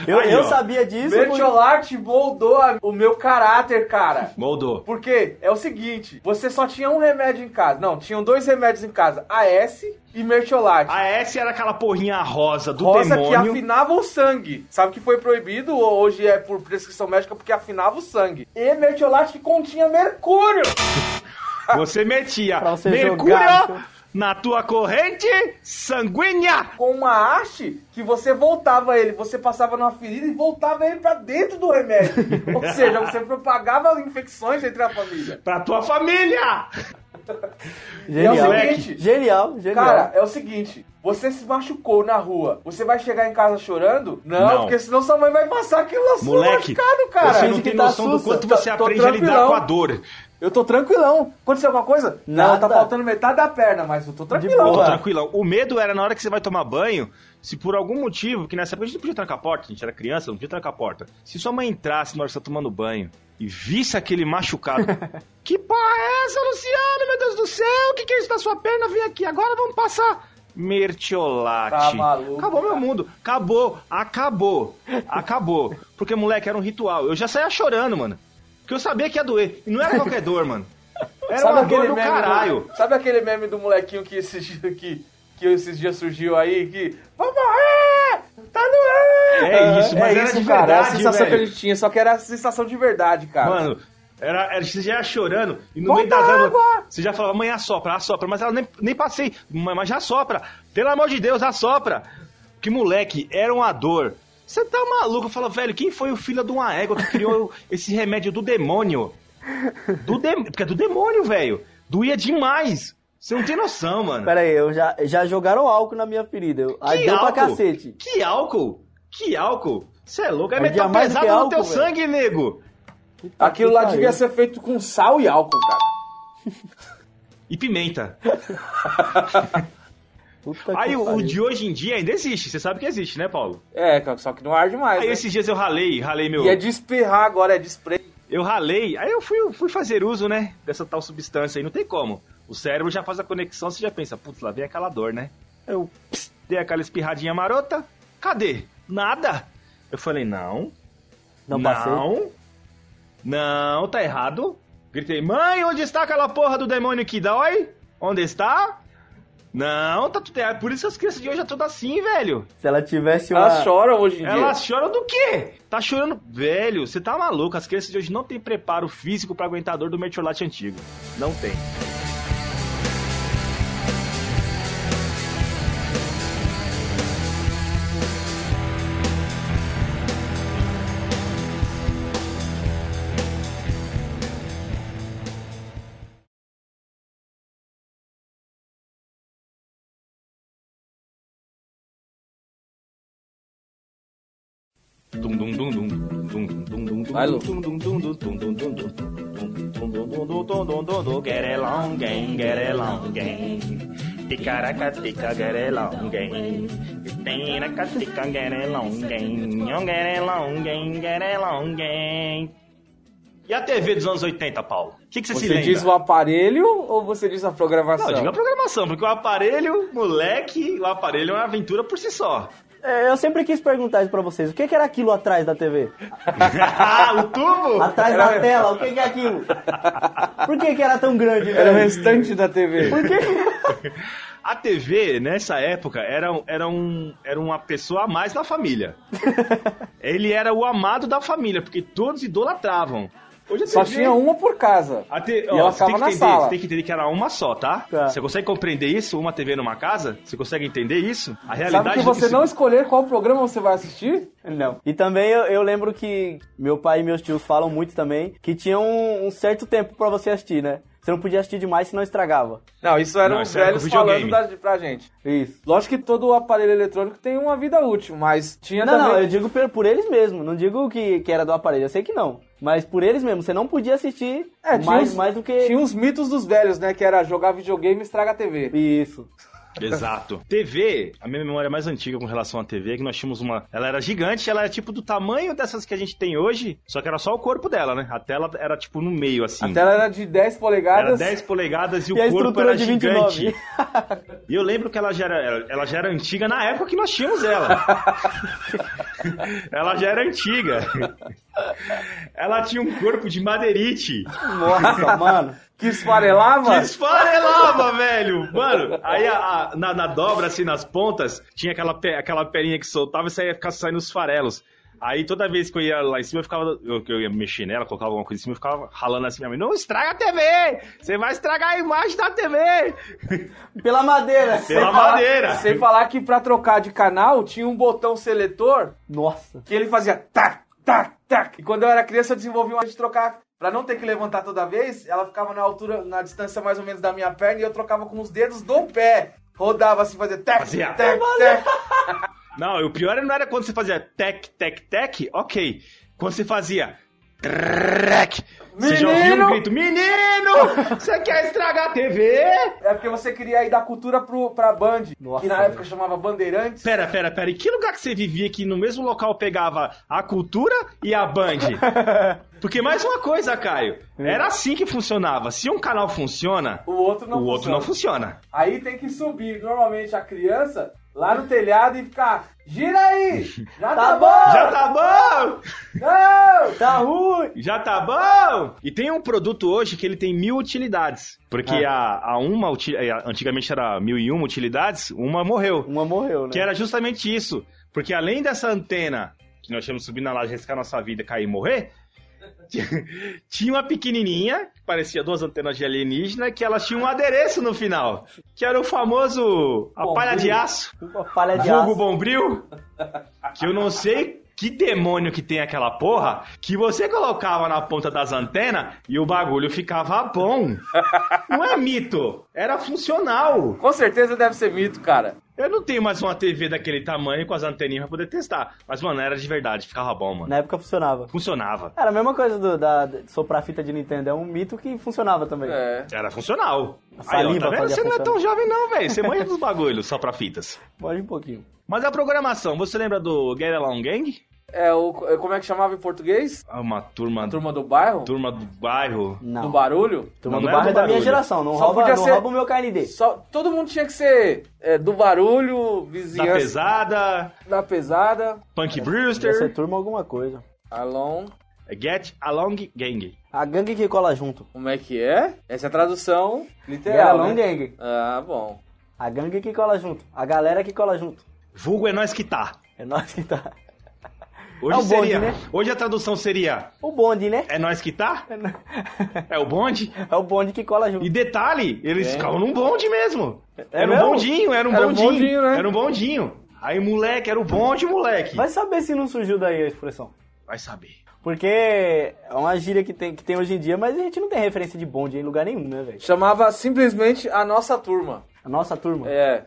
Speaker 6: eu,
Speaker 5: Aí,
Speaker 6: eu
Speaker 5: ó.
Speaker 6: sabia disso. porque-
Speaker 4: Mertiolate moldou a- o meu caráter, cara.
Speaker 5: Moldou.
Speaker 4: Porque é o seguinte, você só tinha um remédio em casa. Não, tinham dois remédios em casa, AS e Mertiolate.
Speaker 5: A S era aquela porrinha rosa Ah, é do
Speaker 4: Rosa que
Speaker 5: demônio.
Speaker 4: afinava o sangue. Sabe que foi proibido ou hoje é por prescrição médica porque afinava o sangue. E mertiolate que continha mercúrio.
Speaker 5: Você metia
Speaker 6: Pra você
Speaker 5: mercúrio
Speaker 6: jogar.
Speaker 5: na tua corrente sanguínea.
Speaker 4: Com uma haste que você voltava ele, você passava numa ferida e voltava ele pra dentro do remédio. ou seja, você propagava infecções entre a família.
Speaker 5: Pra tua família!
Speaker 6: Genial.
Speaker 4: É o seguinte.
Speaker 6: Genial, genial.
Speaker 4: Cara, é o seguinte, você se machucou na rua, você vai chegar em casa chorando? Não,
Speaker 5: Não.
Speaker 4: porque senão sua mãe vai passar aquilo assim
Speaker 5: Moleque,
Speaker 4: machucado, cara.
Speaker 5: você
Speaker 6: Finge
Speaker 5: não
Speaker 6: que
Speaker 5: tem
Speaker 6: tá
Speaker 5: noção do
Speaker 6: sussa.
Speaker 5: quanto você
Speaker 4: Tô- tô
Speaker 5: aprende a lidar
Speaker 4: tranquilão.
Speaker 5: com a dor.
Speaker 4: Eu tô tranquilão. Aconteceu alguma coisa? Não,
Speaker 6: Nada.
Speaker 4: tá faltando metade da perna, mas eu tô tranquilão.
Speaker 5: Tô
Speaker 6: boa. Opa.
Speaker 5: tranquilão. O medo era na hora que você vai tomar banho, se por algum motivo, que nessa época a gente não podia trancar a porta, a gente era criança, não podia trancar a porta. Se sua mãe entrasse na hora que você tá tomando banho e visse aquele machucado, que porra é essa, Luciano? Meu Deus do céu, o que, que é isso da sua perna? Vem aqui agora, vamos passar. Mertiolate.
Speaker 4: Tá maluco,
Speaker 5: Acabou meu mundo. Acabou, acabou, acabou. Porque, moleque, era um ritual. Eu já saía chorando, mano. Porque eu sabia que ia doer. E não era qualquer dor, mano. Era uma dor do caralho.
Speaker 4: Do, sabe aquele meme do molequinho que esses dias que, que esses dias surgiu aí que vamos morrer! Tá doendo!
Speaker 5: É isso, mas era de
Speaker 4: cara,
Speaker 5: verdade,
Speaker 4: a sensação
Speaker 5: velho.
Speaker 4: que a gente tinha, só que era a sensação de verdade, cara.
Speaker 5: Mano, era, era- você já ia chorando e no
Speaker 4: Volta
Speaker 5: meio das
Speaker 4: a
Speaker 5: águas.
Speaker 4: água!
Speaker 5: Você já falava, mãe, assopra, assopra. Mas ela nem, nem passei, "Mãe, mas já assopra. Pelo amor de Deus, assopra. Que moleque, era uma dor. Você tá maluco? Eu falo, velho, quem foi o filho de uma égua que criou esse remédio do demônio? Do dem... Porque é do demônio, velho. Doía demais. Você não tem noção, mano.
Speaker 6: Pera aí, eu já, já jogaram álcool na minha ferida. Eu,
Speaker 5: Que
Speaker 6: ardeu pra
Speaker 5: álcool?
Speaker 6: cacete.
Speaker 5: Que álcool? Que álcool? Você é louco? É
Speaker 6: Ardia
Speaker 5: metal
Speaker 6: mais do
Speaker 5: pesado
Speaker 6: que
Speaker 5: no teu
Speaker 6: álcool, velho.
Speaker 5: sangue, nego.
Speaker 4: Aquilo lá
Speaker 6: Pariu.
Speaker 4: devia ser feito com sal e álcool, cara.
Speaker 5: E pimenta.
Speaker 6: Puta
Speaker 5: Aí
Speaker 6: que
Speaker 5: o, o
Speaker 6: pariu.
Speaker 5: de hoje em dia ainda existe, você sabe que existe, né, Paulo?
Speaker 4: É, cara, só que não arde mais.
Speaker 5: Aí
Speaker 4: né?
Speaker 5: esses dias eu ralei, ralei meu.
Speaker 4: E é de espirrar agora, é de spray.
Speaker 5: Eu ralei, aí eu fui, fui fazer uso, né, dessa tal substância aí, não tem como. O cérebro já faz a conexão, você já pensa, putz, lá vem aquela dor, né? Eu pss, dei aquela espirradinha marota, cadê? Nada! Eu falei, não,
Speaker 6: Não, passei.
Speaker 5: não, não, tá errado. Gritei, mãe, onde está aquela porra do demônio que dói? Onde está? Não, tá tudo errado. Por isso que as crianças de hoje é tudo assim, velho.
Speaker 6: Se ela tivesse uma...
Speaker 4: Elas choram hoje em dia.
Speaker 5: Elas choram do quê? Tá chorando. Velho, você tá maluco. As crianças de hoje não têm preparo físico pra aguentar a dor do mertiolate antigo. Não tem. Dum, dum, dum, dum, dum, dum, dum, dum, dum,
Speaker 4: Vai, Lu.
Speaker 5: dum, dum, dum, dum, dum, dum, dum, dum, dum, dum, dum, dum, dum, dum, dum, dum, dum. Get along, gang, get along, gang. Ticaracatica, get along, gang. Ticaracatica, get along, gang. Yon, Get along, gang, get along, gang. E a TV dos anos 80, Paulo? O que, que você, se
Speaker 4: Você
Speaker 5: lembra?
Speaker 4: diz o aparelho ou você diz a programação?
Speaker 5: Não, diga a programação, porque o aparelho, moleque, o aparelho é uma aventura por si só.
Speaker 6: É, eu sempre quis perguntar isso pra vocês. O que, que era aquilo atrás da TV?
Speaker 5: Ah, o tubo?
Speaker 6: Atrás da tela, o que, que é aquilo? Por que, que era tão grande,
Speaker 4: Era o
Speaker 6: velho?
Speaker 4: restante da TV.
Speaker 6: Por que...
Speaker 5: A TV, nessa época, era, um- era, um, era uma pessoa a mais na família. Ele era o amado da família, porque todos idolatravam. Hoje a
Speaker 4: Só
Speaker 5: TV
Speaker 4: tinha uma por casa.
Speaker 5: A te-
Speaker 4: E
Speaker 5: ó,
Speaker 4: ela
Speaker 5: você,
Speaker 4: ficava
Speaker 5: tem que
Speaker 4: na
Speaker 5: entender,
Speaker 4: sala.
Speaker 5: você tem que entender que era uma só, tá?
Speaker 6: Tá.
Speaker 5: Você consegue compreender isso? Uma TV numa casa? Você consegue entender isso? A realidade
Speaker 4: Sabe que
Speaker 5: do
Speaker 4: você
Speaker 5: se-
Speaker 4: não escolher qual programa você vai assistir?
Speaker 6: Não. E também eu, eu lembro que meu pai e meus tios falam muito também que tinha um, um certo tempo pra você assistir, né? Você não podia assistir demais, senão estragava.
Speaker 4: Não, isso eram
Speaker 5: Não,
Speaker 4: os
Speaker 5: isso era
Speaker 4: velhos
Speaker 5: com
Speaker 4: falando
Speaker 5: videogame.
Speaker 4: da, pra gente.
Speaker 6: Isso.
Speaker 4: Lógico que todo aparelho eletrônico tem uma vida útil, mas tinha
Speaker 6: Não, não,
Speaker 4: também...
Speaker 6: eu digo por, por eles mesmo. Não digo que, que era do aparelho, eu sei que não. Mas por eles mesmo, você não podia assistir
Speaker 4: É, tinha
Speaker 6: mais,
Speaker 4: uns-
Speaker 6: mais do que.
Speaker 4: Tinha uns mitos dos velhos, né? Que era jogar videogame e estraga a TV.
Speaker 6: Isso.
Speaker 5: Exato. TV, a minha memória é mais antiga com relação à TV é que nós tínhamos uma. Ela era gigante, ela era tipo do tamanho dessas que a gente tem hoje, só que era só o corpo dela, né? A tela era tipo no meio, assim.
Speaker 4: A tela era de 10
Speaker 5: Era
Speaker 4: polegadas.
Speaker 5: 10 polegadas e,
Speaker 6: E a
Speaker 5: o corpo
Speaker 6: estrutura
Speaker 5: era
Speaker 6: de
Speaker 5: gigante.
Speaker 6: 29.
Speaker 5: E eu lembro que ela já, era, ela já era antiga na época que nós tínhamos ela. ela já era antiga. Ela tinha um corpo de madeirite.
Speaker 6: Nossa, mano.
Speaker 4: Que esfarelava.
Speaker 5: Que esfarelava, velho! Mano, aí a- a- na, na dobra, assim, nas pontas, tinha aquela, pe- aquela perinha que soltava e saía ficar saindo os farelos. Aí toda vez que eu ia lá em cima, eu ficava. Eu, que eu ia mexer nela, colocava alguma coisa em cima, eu ficava ralando assim, minha mãe, não estraga a TV! Você vai estragar a imagem da TV!
Speaker 6: Pela madeira.
Speaker 5: Pela madeira!
Speaker 4: Sem falar que pra trocar de canal tinha um botão seletor
Speaker 6: Nossa.
Speaker 4: que ele fazia tac, tac, tac. E quando eu era criança eu desenvolvi uma de trocar. Pra não ter que levantar toda vez, ela ficava na altura, na distância mais ou menos da minha perna e eu trocava com os dedos do pé. Rodava assim, fazia tac,
Speaker 5: Fazia.
Speaker 4: tac, tac.
Speaker 5: Não, e o pior não era quando você fazia tec, tec, tec, ok. Quando você fazia. trrrrec, Você já ouviu
Speaker 4: Menino!
Speaker 5: um grito: Menino! Você quer estragar a TV?
Speaker 4: É porque você queria ir da cultura pro, pra Band,
Speaker 6: Nossa,
Speaker 4: que na
Speaker 6: velho.
Speaker 4: época chamava Bandeirantes.
Speaker 5: Pera, pera, pera. Em que lugar que você vivia que no mesmo local pegava a cultura e a Band? Porque mais uma coisa, Caio. Era assim que funcionava. Se um canal funciona,
Speaker 4: O outro não
Speaker 5: o outro
Speaker 4: funciona.
Speaker 5: não funciona.
Speaker 4: Aí tem que subir normalmente a criança lá no telhado e ficar. Gira aí! Já tá,
Speaker 6: Tá
Speaker 4: bom!
Speaker 5: Já tá bom!
Speaker 4: Não!
Speaker 6: Tá ruim.
Speaker 5: Já tá bom! E tem um produto hoje que ele tem mil utilidades. Porque a, a uma, uti- eh, antigamente era mil e uma utilidades, uma morreu.
Speaker 6: Uma morreu, né?
Speaker 5: Que era justamente isso. Porque além dessa antena, que nós tínhamos subir na laje, riscar nossa vida, cair e morrer, tinha uma pequenininha, que parecia duas antenas de alienígena, que elas tinham um adereço no final. Que era o famoso... a
Speaker 6: Bombril.
Speaker 5: palha de aço,
Speaker 6: Uma palha de
Speaker 5: vulgo
Speaker 6: aço.
Speaker 5: bombril. Que eu não sei... Que demônio que tem aquela porra que você colocava na ponta das antenas e o bagulho ficava bom. Não é mito, era funcional.
Speaker 4: Com certeza deve ser mito, cara.
Speaker 5: Eu não tenho mais uma TV daquele tamanho com as anteninhas pra poder testar. Mas, mano, era de verdade, ficava bom, mano.
Speaker 6: Na época funcionava.
Speaker 5: Funcionava.
Speaker 6: Era a mesma coisa do, da, de soprar a fita de Nintendo. É um mito que funcionava também.
Speaker 4: É.
Speaker 5: Era funcional.
Speaker 6: A
Speaker 5: Aí, ó,
Speaker 6: saliva
Speaker 5: tá vendo?
Speaker 6: fazia
Speaker 5: Você não é
Speaker 6: funcionar.
Speaker 5: tão jovem, não, velho. Você manja dos bagulhos só pra fitas.
Speaker 6: Pode um pouquinho.
Speaker 5: Mas a programação, você lembra do Get Along Gang?
Speaker 4: É o. Como é que chamava em português?
Speaker 5: Ah, Uma turma, turma.
Speaker 4: Turma do bairro?
Speaker 5: do bairro.
Speaker 6: Não.
Speaker 4: Do barulho?
Speaker 6: Turma
Speaker 5: Não
Speaker 6: do
Speaker 5: era
Speaker 6: barro
Speaker 5: do
Speaker 6: é da minha
Speaker 5: barulho.
Speaker 6: geração. Não,
Speaker 4: Só
Speaker 6: rouba,
Speaker 4: podia
Speaker 6: não
Speaker 4: ser-
Speaker 6: rouba o meu KND.
Speaker 4: Só, todo mundo tinha que ser é, do barulho,
Speaker 5: Da
Speaker 4: vizinhança
Speaker 5: Tá pesada,
Speaker 4: da pesada.
Speaker 5: Punk
Speaker 6: Podia ser
Speaker 5: Brewster,
Speaker 6: turma alguma coisa.
Speaker 4: Alon.
Speaker 5: Get Along Gang.
Speaker 6: A gangue que cola junto.
Speaker 4: Como é que é? Essa é a tradução
Speaker 6: Era
Speaker 4: literal.
Speaker 6: long
Speaker 4: né?
Speaker 6: gang.
Speaker 4: Ah, bom.
Speaker 6: A gangue que cola junto. A galera que cola junto.
Speaker 5: Vulgo é nós que tá.
Speaker 6: É nós que tá.
Speaker 5: Hoje
Speaker 6: É o bonde,
Speaker 5: seria.
Speaker 6: né?
Speaker 5: Hoje a tradução seria
Speaker 6: O bonde, né?
Speaker 5: É nós que tá?
Speaker 6: É nó-
Speaker 5: É o bonde?
Speaker 6: É o bonde que cola junto.
Speaker 5: E detalhe, eles ficavam num bonde mesmo.
Speaker 6: É
Speaker 5: Era um
Speaker 6: mesmo?
Speaker 5: bondinho, era um
Speaker 4: Era um
Speaker 5: bondinho.
Speaker 4: bondinho, né?
Speaker 5: Era um bondinho. Aí, moleque, era o bonde, moleque.
Speaker 6: Vai saber se não surgiu daí a expressão.
Speaker 5: Vai saber.
Speaker 6: Porque é uma gíria que tem, que tem hoje em dia, mas a gente não tem referência de bonde em lugar nenhum, né, velho?
Speaker 4: Chamava simplesmente a nossa turma.
Speaker 6: A nossa turma.
Speaker 4: É.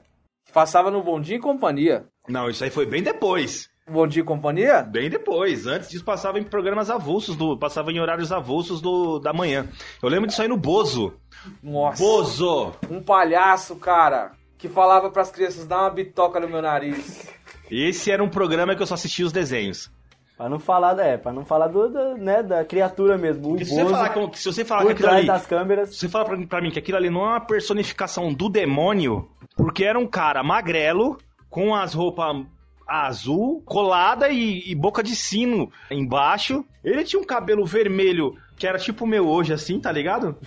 Speaker 4: Passava no Bom Dia e Companhia.
Speaker 5: Não, isso aí foi bem depois.
Speaker 4: Bom Dia e Companhia?
Speaker 5: Bem depois. Antes disso, passava em programas avulsos, do, passava em horários avulsos do, da manhã. Eu lembro disso aí no Bozo.
Speaker 4: Nossa.
Speaker 5: Bozo!
Speaker 4: Um palhaço, cara, que falava pras crianças, dá uma bitoca no meu nariz.
Speaker 5: Esse era um programa que eu só assistia os desenhos.
Speaker 6: Pra não falar, da- é, pra não falar do, do- né, da criatura mesmo. O
Speaker 5: Porque se você
Speaker 6: Bozo,
Speaker 5: falar, com- se você falar que
Speaker 6: por
Speaker 5: aquilo
Speaker 6: trás
Speaker 5: ali
Speaker 6: das câmeras.
Speaker 5: Se Você fala pra mim, pra mim que aquilo ali não é uma personificação do demônio, porque era um cara magrelo, com as roupas azul, colada e, e boca de sino embaixo. Ele tinha um cabelo vermelho, que era tipo o meu hoje, assim, tá ligado?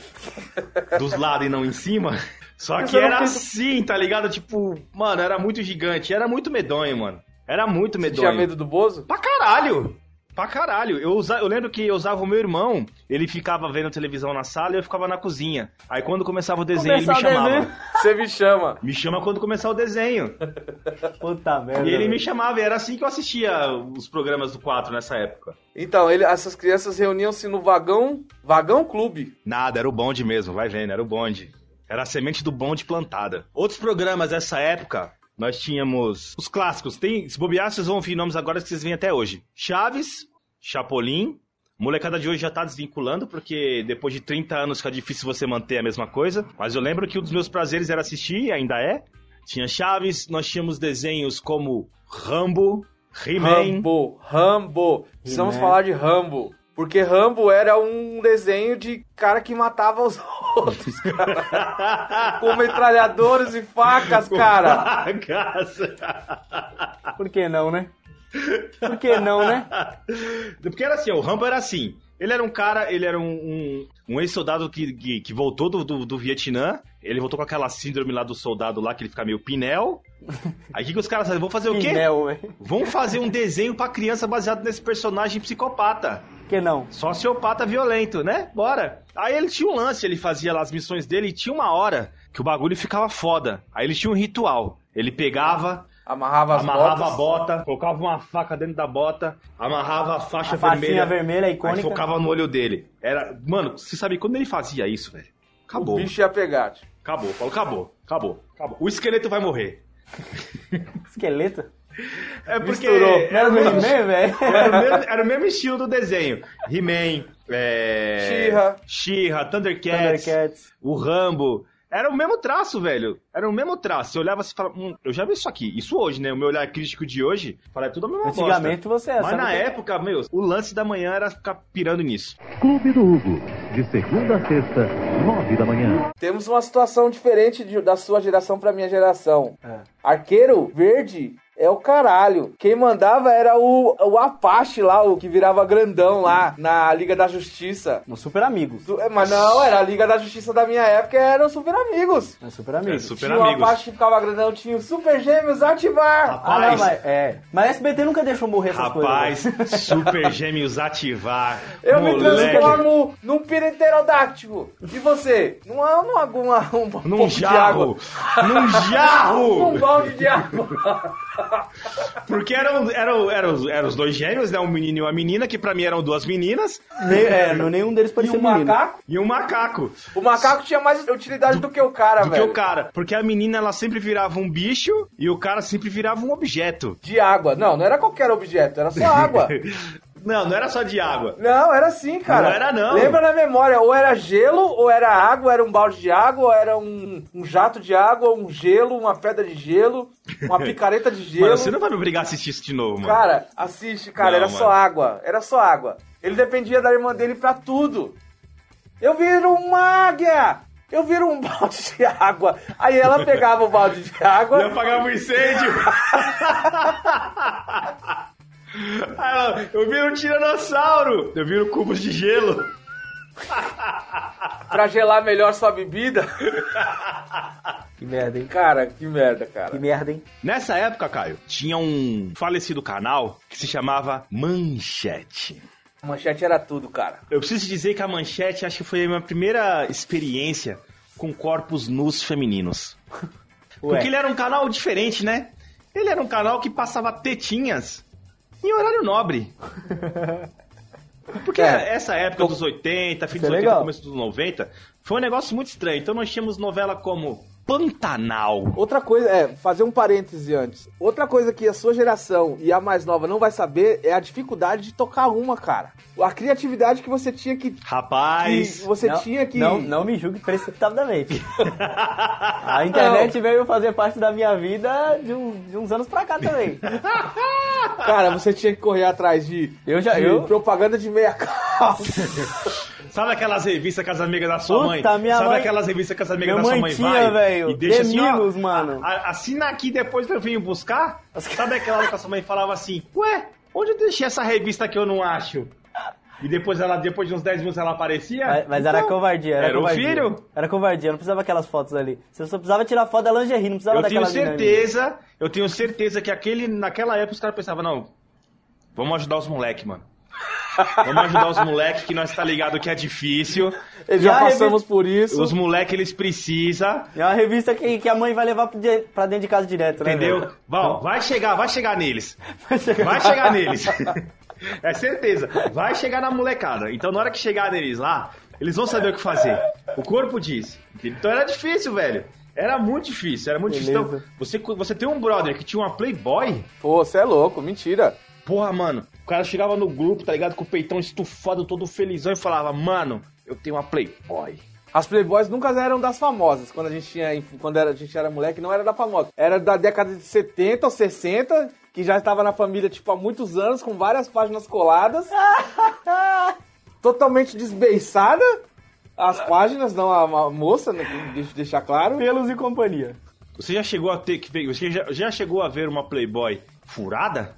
Speaker 5: Dos lados e não em cima. Só que era assim, tá ligado? Tipo, mano, era muito gigante, era muito medonho, mano. Era muito
Speaker 4: Tinha
Speaker 5: medonho.
Speaker 4: medo do Bozo?
Speaker 5: Pra caralho! Pra caralho. Eu, usa... eu lembro que eu usava o meu irmão, ele ficava vendo televisão na sala e eu ficava na cozinha. Aí quando começava o desenho,
Speaker 6: Começar
Speaker 5: ele me
Speaker 6: o
Speaker 5: chamava.
Speaker 6: desenho. É
Speaker 4: Você me chama.
Speaker 5: Me chama quando começar o desenho.
Speaker 6: Puta merda.
Speaker 5: E ele
Speaker 6: velho.
Speaker 5: me chamava, e era assim que eu assistia os programas do 4 nessa época.
Speaker 4: Então, ele- essas crianças reuniam-se no vagão, vagão clube.
Speaker 5: Nada, era o bonde mesmo, vai vendo, era o bonde. Era a semente do bonde plantada. Outros programas dessa época, nós tínhamos os clássicos. Tem, se bobear, vocês vão ouvir nomes agora que vocês vêm até hoje. Chaves, Chapolin. Molecada de hoje já tá desvinculando, porque depois de 30 anos fica difícil você manter a mesma coisa. Mas eu lembro que um dos meus prazeres era assistir, e ainda é. Tinha Chaves, nós tínhamos desenhos como Rambo, He-Man.
Speaker 4: Rambo, Rambo. Precisamos
Speaker 6: He-Man.
Speaker 4: falar de Rambo. Porque Rambo era um desenho de cara que matava os outros, cara. Com metralhadores e facas, cara.
Speaker 6: Por que não, né? Por que não, né?
Speaker 5: Porque era assim, o Rambo era assim. Ele era um cara, ele era um, um- um ex-soldado que, que, que voltou do, do, do Vietnã. Ele voltou com aquela síndrome lá do soldado lá, que ele fica meio pinel. Aí o que, que os caras fazem? Vão fazer o quê?
Speaker 6: Pinel, velho.
Speaker 5: Vão fazer um desenho pra criança baseado nesse personagem psicopata.
Speaker 6: Por que não?
Speaker 5: Sociopata violento, né? Bora. Aí ele tinha um lance, ele fazia lá as missões dele e tinha uma hora que o bagulho ficava foda. Aí ele tinha um ritual. Ele pegava,
Speaker 4: Amarrava as
Speaker 5: amarrava
Speaker 4: botas.
Speaker 5: a bota, colocava uma faca dentro da bota, amarrava a faixa
Speaker 6: A facinha
Speaker 5: vermelha,
Speaker 6: vermelha
Speaker 5: aí
Speaker 6: icônica.
Speaker 5: focava no olho dele. Era, mano, você sabe quando ele fazia isso, velho?
Speaker 4: O
Speaker 5: Acabou,
Speaker 4: bicho ia pegar. tio.
Speaker 5: acabou, Paulo, acabou, acabou, acabou. O esqueleto vai morrer.
Speaker 6: Esqueleto.
Speaker 5: É porque
Speaker 6: Misturou. Não
Speaker 5: era,
Speaker 6: era
Speaker 5: o
Speaker 6: do
Speaker 5: mesmo-
Speaker 6: He-Man, velho?
Speaker 5: era o mesmo, era o mesmo estilo do desenho. He-Man, é...
Speaker 4: She-Ra.
Speaker 5: She-Ra, Thundercats,
Speaker 6: Thundercats.
Speaker 5: o Rambo. Era o mesmo traço, velho. Era o mesmo traço. Você olhava e falava, hum, eu já vi isso aqui. Isso hoje, né? O meu olhar crítico de hoje, fala, é tudo a mesma bosta.
Speaker 6: Antigamente você é,
Speaker 4: É,
Speaker 5: Mas na época, meu, o lance da manhã era ficar pirando nisso.
Speaker 7: Clube do Hugo. De segunda a sexta, nove da manhã.
Speaker 4: Temos uma situação diferente de- da sua geração pra minha geração. Arqueiro verde é o caralho. Quem mandava era o, o Apache lá, o que virava grandão lá na Liga da Justiça.
Speaker 6: No Super Amigos.
Speaker 4: Do- é, Mas não, era a Liga da Justiça da minha época, eram os super amigos.
Speaker 6: No Super Amigos.
Speaker 5: É, Super
Speaker 4: tinha
Speaker 5: Amigos.
Speaker 4: o Apache que ficava grandão, tinha o Super Gêmeos Ativar.
Speaker 6: Ah, não,
Speaker 5: Rapaz.
Speaker 6: mas, é. Mas SBT nunca deixou morrer essas
Speaker 5: Rapaz,
Speaker 6: coisas. né?
Speaker 5: super gêmeos ativar.
Speaker 4: Eu me
Speaker 5: moleque,
Speaker 4: transformo num piriterodáctilo. E você? Num, num, alguma- um, pouco
Speaker 5: Num
Speaker 4: de
Speaker 5: jarro!
Speaker 4: água.
Speaker 5: Num
Speaker 4: Num
Speaker 5: jarro!
Speaker 4: balde de água.
Speaker 5: Porque eram, eram, eram, os- eram os dois gêmeos, né? Um menino e uma menina, que pra mim eram duas meninas,
Speaker 6: Nem- é, não, nenhum deles
Speaker 4: E
Speaker 6: parecia
Speaker 4: o
Speaker 6: menino.
Speaker 4: macaco?
Speaker 5: Né, e um macaco.
Speaker 4: O macaco tinha mais utilidade do que o cara,
Speaker 5: Do que
Speaker 4: Ah, velho.
Speaker 5: o cara. Porque a menina, ela sempre virava um bicho e o cara sempre virava um objeto.
Speaker 4: De água. Não, não era qualquer objeto, era só água.
Speaker 5: Não, não era só de água.
Speaker 4: Não, era sim, cara.
Speaker 5: Não era, não.
Speaker 4: Lembra na memória, ou era gelo, ou era água, ou era um balde de água, ou era um, um jato de água, um gelo, uma pedra de gelo, uma picareta de gelo.
Speaker 5: Mano, você não vai me obrigar a assistir isso de novo, mano.
Speaker 4: Cara, assiste, cara,
Speaker 5: Não,
Speaker 4: era
Speaker 5: mano.
Speaker 4: só água, era só água. Ele dependia da irmã dele pra tudo. Eu viro uma águia! Eu viro um balde de água. Aí ela pegava o balde de
Speaker 5: E
Speaker 4: água.
Speaker 5: apagava o incêndio. Aí ela, eu viro um tiranossauro. Eu viro cubos de gelo.
Speaker 4: Pra gelar melhor sua bebida.
Speaker 6: Que merda, hein?
Speaker 4: Cara, que merda, cara.
Speaker 6: Que merda, hein?
Speaker 5: Nessa época, Caio, tinha um falecido canal que se chamava Manchete.
Speaker 4: Manchete era tudo, cara.
Speaker 5: Eu preciso dizer que a Manchete acho que foi a minha primeira experiência com corpos nus femininos. Porque ele era um canal diferente, né? Ele era um canal que passava tetinhas em horário nobre. Porque
Speaker 4: Cara,
Speaker 5: essa época dos 80, fim
Speaker 6: É. Então, isso é
Speaker 5: dos 80,
Speaker 6: legal.
Speaker 5: começo dos 90, foi um negócio muito estranho. Então nós tínhamos novela como Pantanal.
Speaker 4: Outra coisa, é, fazer um parêntese antes. Outra coisa que a sua geração e a mais nova não vai saber é a dificuldade de tocar uma, cara. A criatividade que você tinha que. que
Speaker 5: Rapaz,
Speaker 4: você
Speaker 6: não,
Speaker 4: tinha que.
Speaker 6: Não, não me julgue precipitadamente. A internet veio fazer parte da minha vida de, um- de uns anos pra cá também.
Speaker 4: Cara, você tinha que correr atrás de.
Speaker 6: Eu já-
Speaker 4: de
Speaker 6: eu-
Speaker 4: Propaganda de meia calça.
Speaker 5: sabe aquelas revistas que as amigas da sua
Speaker 6: Puta,
Speaker 5: mãe?
Speaker 6: minha
Speaker 5: Sabe
Speaker 6: mãe-
Speaker 5: aquelas revistas que as amigas
Speaker 6: Minha
Speaker 5: da sua
Speaker 6: mãe
Speaker 5: mãe
Speaker 6: tinha,
Speaker 5: vai
Speaker 6: velho.
Speaker 5: e deixa assim, ó,
Speaker 6: Demílios, mano.
Speaker 5: a- assina aqui depois que eu venho buscar? Sabe aquela hora que a sua mãe falava assim, ué, onde eu deixei essa revista que eu não acho? E depois ela, depois de uns 10 minutos ela aparecia?
Speaker 6: Mas, mas era
Speaker 5: Então,
Speaker 6: covardia, era,
Speaker 5: era o
Speaker 6: covardia.
Speaker 5: filho?
Speaker 6: Era covardia, não precisava aquelas fotos ali. Você só precisava tirar foto da lingerie, não precisava
Speaker 5: Eu tenho
Speaker 6: daquela dinâmica.
Speaker 5: certeza, eu tenho certeza que aquele, naquela época os caras pensavam, não, vamos ajudar os moleques, mano. Vamos ajudar os moleques que nós tá ligado que é difícil.
Speaker 4: Já
Speaker 6: a
Speaker 4: passamos por isso.
Speaker 5: Os moleques eles precisam,
Speaker 6: É uma revista que, que a mãe vai levar pro di- pra dentro de casa direto, né?
Speaker 5: entendeu?
Speaker 6: velho?
Speaker 5: Bom, vai chegar, vai chegar neles.
Speaker 6: Vai chegar-
Speaker 5: Vai chegar neles. É certeza. Vai chegar na molecada. Então na hora que chegar neles lá, eles vão saber o que fazer. O corpo diz. Então era difícil, velho. Era muito difícil, era muito difícil.
Speaker 6: Beleza.
Speaker 5: Então, você, você tem um brother que tinha uma Playboy,
Speaker 4: Pô, você é louco, mentira.
Speaker 5: Porra, mano, o cara chegava no grupo, tá ligado? Com o peitão estufado, todo felizão, e falava, mano, eu tenho uma Playboy.
Speaker 4: As Playboys nunca eram das famosas. Quando a gente tinha, inf- quando era- a gente era moleque, não era da famosa. Era da década de 70 ou 60, que já estava na família tipo há muitos anos, com várias páginas coladas. totalmente desbeiçada. As páginas, não a, a moça, né, deixa deixar claro.
Speaker 6: Pelos e companhia.
Speaker 5: Você já chegou a ter que ver, você já, já chegou a ver uma Playboy furada?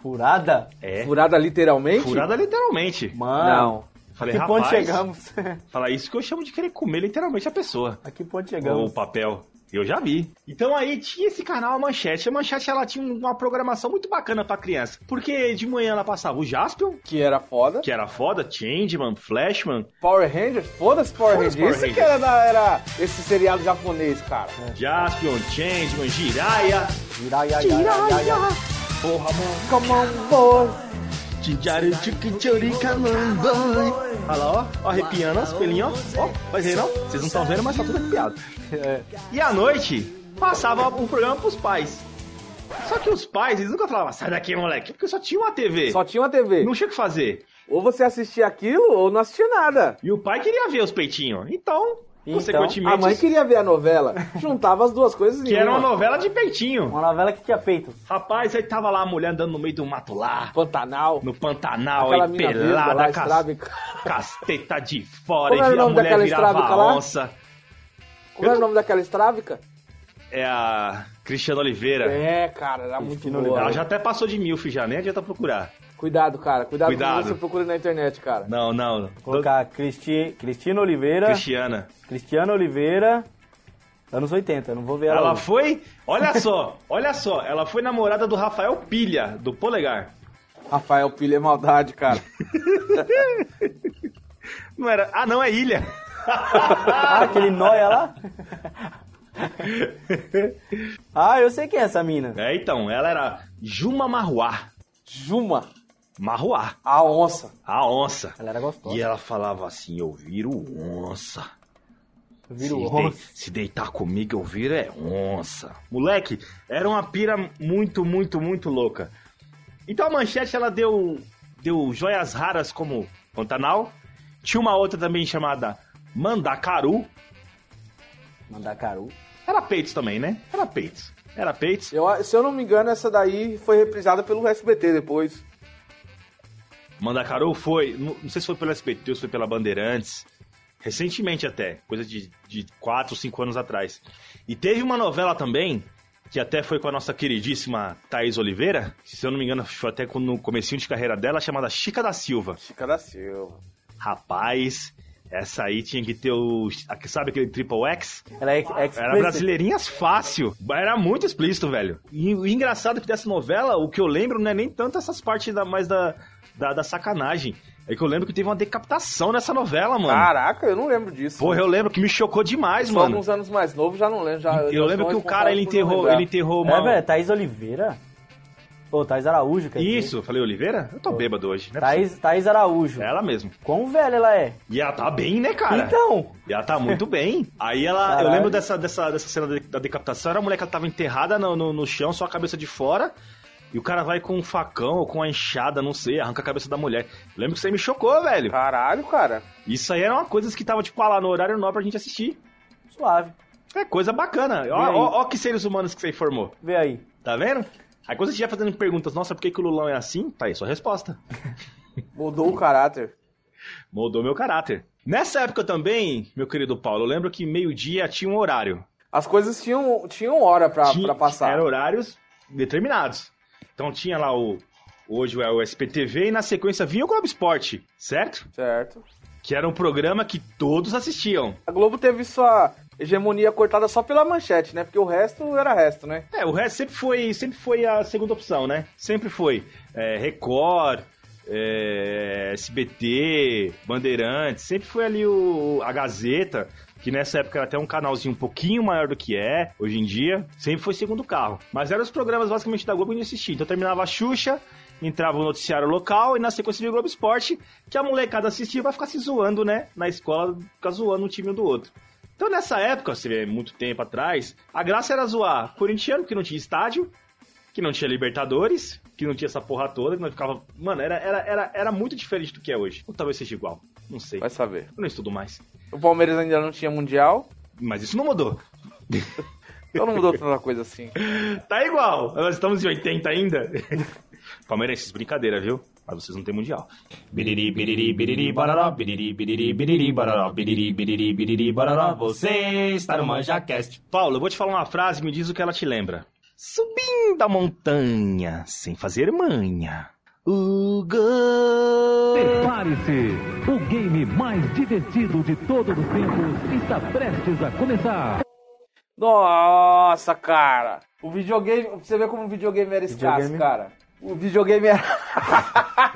Speaker 6: Furada?
Speaker 5: É.
Speaker 4: Furada literalmente?
Speaker 5: Furada literalmente.
Speaker 6: Mano,
Speaker 4: Não.
Speaker 5: Falei,
Speaker 6: que
Speaker 5: rapaz,
Speaker 6: ponto chegamos?
Speaker 5: fala isso que eu chamo de querer comer literalmente a pessoa.
Speaker 6: a que ponto
Speaker 5: Ou
Speaker 6: chegamos?
Speaker 5: o papel. Eu já vi. Então aí tinha esse canal a Manchete. A Manchete ela tinha uma programação muito bacana pra criança. Porque de manhã ela passava o Jaspion,
Speaker 4: Que era foda.
Speaker 5: que era foda, Changeman, Flashman,
Speaker 4: Power Rangers? Foda-se Power
Speaker 5: Foda-se Power
Speaker 4: Rangers. Isso que era, da- era esse seriado japonês, cara.
Speaker 5: Jaspion, Changeman, Jiraiya.
Speaker 6: Girai, É. ai, ai, ai, ai, ai.
Speaker 4: Come on, boy.
Speaker 5: Olha lá, ó, ó arrepiando as pelinhas, ó. Ó, mas aí não, vocês não estão vendo, mas tá tudo arrepiado. E à noite, passava o programa pros pais. Só que os pais, eles nunca falavam, sai daqui, moleque, porque só tinha uma TV.
Speaker 4: Só tinha uma TV.
Speaker 5: Não tinha o que fazer.
Speaker 4: Ou você assistia aquilo, ou não assistia nada.
Speaker 5: E o pai queria ver os peitinhos. Então,
Speaker 6: Então,
Speaker 5: consequentemente,
Speaker 4: A mãe queria né? ver a novela. Juntava as duas coisas em
Speaker 5: que era
Speaker 4: uma.
Speaker 5: uma novela de peitinho.
Speaker 6: Uma novela que tinha peito.
Speaker 5: Rapaz, aí tava lá a mulher andando no meio do mato lá,
Speaker 4: Pantanal.
Speaker 5: no Pantanal,
Speaker 4: Aquela
Speaker 5: aí
Speaker 4: mina vesga
Speaker 5: pelada,
Speaker 4: lá,
Speaker 5: cas-
Speaker 4: estrábica.
Speaker 5: casteta de fora,
Speaker 4: Como era
Speaker 5: e
Speaker 4: o
Speaker 5: vira a
Speaker 4: nome
Speaker 5: mulher
Speaker 4: daquela
Speaker 5: virava
Speaker 4: estrábica lá?
Speaker 5: onça.
Speaker 4: Como era o nome daquela estrábica?
Speaker 5: É a Cristiana Oliveira.
Speaker 4: É, cara, era muito
Speaker 5: Ela
Speaker 4: boa.
Speaker 5: já até passou de milf já, nem adianta procurar.
Speaker 4: Cuidado, cara. Cuidado,
Speaker 5: Cuidado.
Speaker 4: com o que você procura na internet, cara.
Speaker 5: Não, não.
Speaker 6: Vou colocar Cristi... Cristina
Speaker 4: É.
Speaker 6: Oliveira.
Speaker 5: Cristiana.
Speaker 6: Cristiana Oliveira. Anos 80, não vou ver ela.
Speaker 4: um-
Speaker 5: Ela
Speaker 6: hoje.
Speaker 5: foi, olha só, olha só, ela foi namorada do Rafael Pilha, do Polegar.
Speaker 4: Rafael Pilha é maldade, cara.
Speaker 5: Não era, ah não, é Ilha.
Speaker 6: Ah, aquele nóia lá? ah, eu sei quem é essa mina.
Speaker 5: É, então, ela era Juma Marruá.
Speaker 4: Juma,
Speaker 5: Marruá,
Speaker 4: a onça.
Speaker 5: a onça.
Speaker 4: é
Speaker 6: Ela era gostosa.
Speaker 5: E ela falava assim, eu viro onça.
Speaker 6: Vira o
Speaker 5: se,
Speaker 6: rosto.
Speaker 5: dei- se deitar comigo, eu viro é onça. Moleque, era uma pira muito, muito, muito louca. Então a manchete ela deu, deu joias raras como Pantanal. Tinha uma outra também chamada Mandacaru.
Speaker 6: Mandar caru.
Speaker 5: Era peitos também, né? Era peitos. Era peitos.
Speaker 4: Eu- se eu não me engano, essa daí foi reprisada pelo SBT depois.
Speaker 5: Mandacaru foi, não não sei se foi pelo SBT ou se foi pela Bandeirantes. Recentemente até, coisa de, de 4, 5 anos atrás. E teve uma novela também, que até foi com a nossa queridíssima Thaís Oliveira, que, se eu não me engano, foi até com- no comecinho de carreira dela, chamada Chica da Silva.
Speaker 4: Chica da Silva.
Speaker 5: Rapaz, essa aí tinha que ter o... aqui- Sabe aquele Triple X?
Speaker 6: Ela é ex-
Speaker 5: Era
Speaker 6: explicit.
Speaker 5: brasileirinhas fácil. Era muito explícito, velho. E o engraçado é que dessa novela, o que eu lembro não é nem tanto essas partes da, mais da, da, da sacanagem. É que eu lembro que teve uma decapitação nessa novela, mano.
Speaker 4: Caraca, eu não lembro disso.
Speaker 5: Porra, eu lembro que me chocou demais,
Speaker 4: Só
Speaker 5: mano.
Speaker 4: alguns anos mais novo, já não lembro. Já, já
Speaker 5: Eu lembro
Speaker 4: sou
Speaker 5: que o cara, ele
Speaker 4: responsável por não
Speaker 5: enterrou,
Speaker 4: lembrar.
Speaker 5: ele enterrou
Speaker 6: É,
Speaker 5: uma...
Speaker 6: velho, é Thaís Oliveira? Ô, Thaís Araújo, quer dizer.
Speaker 5: Isso, eu falei, Oliveira? Eu tô bêbado hoje, né?
Speaker 6: Thaís, Thaís Araújo.
Speaker 5: Ela mesmo.
Speaker 6: Quão velha ela é?
Speaker 5: E ela tá bem, né, cara?
Speaker 6: Então,
Speaker 5: E ela tá muito bem. Aí ela.
Speaker 6: Caralho.
Speaker 5: Eu lembro dessa, dessa, dessa cena de- da decapitação. Era a mulher que ela tava enterrada no, no, no chão, só a cabeça de fora. E o cara vai com um facão ou com a enxada, não sei, arranca a cabeça da mulher. Eu lembro que isso aí me chocou, velho.
Speaker 4: Caralho, cara.
Speaker 5: Isso aí era uma coisa que tava, tipo, lá no horário nobre pra gente assistir.
Speaker 6: suave.
Speaker 5: É coisa bacana. Ó,
Speaker 6: aí.
Speaker 5: ó, ó que seres humanos que você formou.
Speaker 6: Vê aí.
Speaker 5: Tá vendo? Aí quando você estiver fazendo perguntas, nossa, por que, que o Lulão é assim? Tá aí, sua resposta.
Speaker 4: Mudou o caráter.
Speaker 5: Moldou meu caráter. Nessa época também, meu querido Paulo, eu lembro que meio-dia tinha um horário.
Speaker 4: As coisas tinham, tinham hora pra,
Speaker 5: Tinha-
Speaker 4: pra passar.
Speaker 5: Eram horários determinados. Então tinha lá o. Hoje é o SPTV e na sequência vinha o Globo Esporte, certo?
Speaker 4: Certo.
Speaker 5: Que era um programa que todos assistiam.
Speaker 4: A Globo teve sua hegemonia cortada só pela manchete, né? Porque o resto era resto, né?
Speaker 5: É, o resto sempre foi, sempre foi a segunda opção, né? Sempre foi é, Record, é, SBT, Bandeirantes, sempre foi ali o, a Gazeta, que nessa época era até um canalzinho um pouquinho maior do que é, hoje em dia, sempre foi segundo carro. Mas eram os programas basicamente da Globo que eu assistia. Então terminava a Xuxa, entrava o noticiário local e na sequência vinha o Globo Esporte, que a molecada assistia pra ficar se zoando, né? Na escola, ficar zoando um time um do outro. Então nessa época, você vê muito tempo atrás, a graça era zoar corintiano, que não tinha estádio, que não tinha Libertadores, que não tinha essa porra toda, que não ficava. Mano, era, era, era, era muito diferente do que é hoje. Ou talvez seja igual. Não sei.
Speaker 4: Vai saber.
Speaker 5: Eu não estudo mais.
Speaker 4: O Palmeiras ainda não tinha Mundial,
Speaker 5: Mas isso não mudou.
Speaker 4: então não mudou tanta coisa assim.
Speaker 5: Tá igual. Nós estamos em 80 ainda. Palmeirenses, brincadeira, viu? Mas vocês não têm mundial.
Speaker 1: Biriri, biriri, biriri, barará, biriri, biriri, biriri, barará, biriri, biriri, biriri, barará. Você está no ManjaCast.
Speaker 5: Paulo, eu vou te falar uma frase, me diz o que ela te lembra. Subindo a montanha, sem fazer manha. O gol.
Speaker 7: Prepare-se! O game mais divertido de todos os tempos está prestes a começar!
Speaker 4: Nossa, cara. O videogame. Você vê como o videogame era escasso,
Speaker 6: Videogame?
Speaker 4: cara. O videogame era.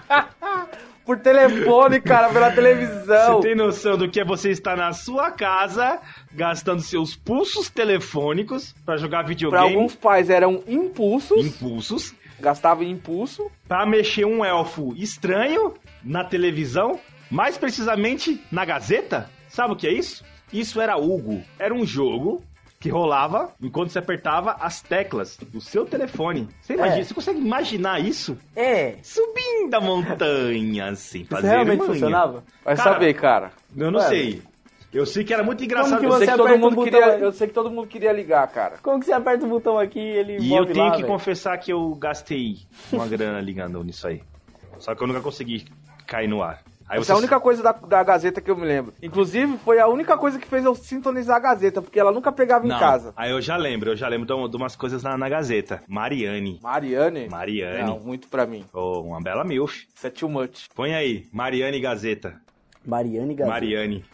Speaker 4: Por telefone, cara, pela televisão.
Speaker 6: Então-
Speaker 5: Você tem noção do que é você estar na sua casa, gastando seus pulsos telefônicos pra jogar
Speaker 4: Pra
Speaker 5: videogame?
Speaker 4: alguns pais eram impulsos,
Speaker 5: Impulsos.
Speaker 4: gastava em impulso.
Speaker 5: Pra mexer um elfo estranho na televisão, mais precisamente na Gazeta. Sabe o que é isso? Isso era Hugo. Era um jogo que rolava enquanto você apertava as teclas do seu telefone. Você imagina,
Speaker 6: É.
Speaker 5: você consegue imaginar isso?
Speaker 6: É.
Speaker 5: Subindo a montanha, assim,
Speaker 6: Isso
Speaker 5: fazer
Speaker 6: realmente
Speaker 5: manha.
Speaker 6: funcionava?
Speaker 4: Vai
Speaker 5: Cara,
Speaker 4: saber, cara.
Speaker 5: Eu não
Speaker 6: Ué.
Speaker 5: sei. Eu sei que era muito engraçado.
Speaker 6: que
Speaker 4: Eu sei,
Speaker 6: você
Speaker 4: que todo
Speaker 6: aperta
Speaker 4: mundo
Speaker 6: um botão
Speaker 4: queria,
Speaker 6: aí.
Speaker 4: eu sei que todo mundo queria ligar, cara.
Speaker 6: Como que você aperta o botão aqui e ele
Speaker 5: E eu
Speaker 6: move
Speaker 5: tenho
Speaker 6: lá,
Speaker 5: que
Speaker 6: velho?
Speaker 5: confessar que eu gastei uma grana ligando nisso aí. Só que eu nunca consegui cair no ar. Aí
Speaker 4: Essa é a única coisa da, da Gazeta que eu me lembro. Inclusive, foi a única coisa que fez eu sintonizar a Gazeta, porque ela nunca pegava
Speaker 5: Não,
Speaker 4: em casa.
Speaker 5: Aí eu já lembro, eu já lembro de, um- de umas coisas na, na Gazeta. Mariane.
Speaker 4: Mariane?
Speaker 5: Mariane.
Speaker 4: Não, muito pra mim.
Speaker 5: Ô, uma bela milf.
Speaker 4: Isso é too much.
Speaker 5: Põe aí, Mariane Gazeta.
Speaker 6: Mariane Gazeta.
Speaker 5: Mariane.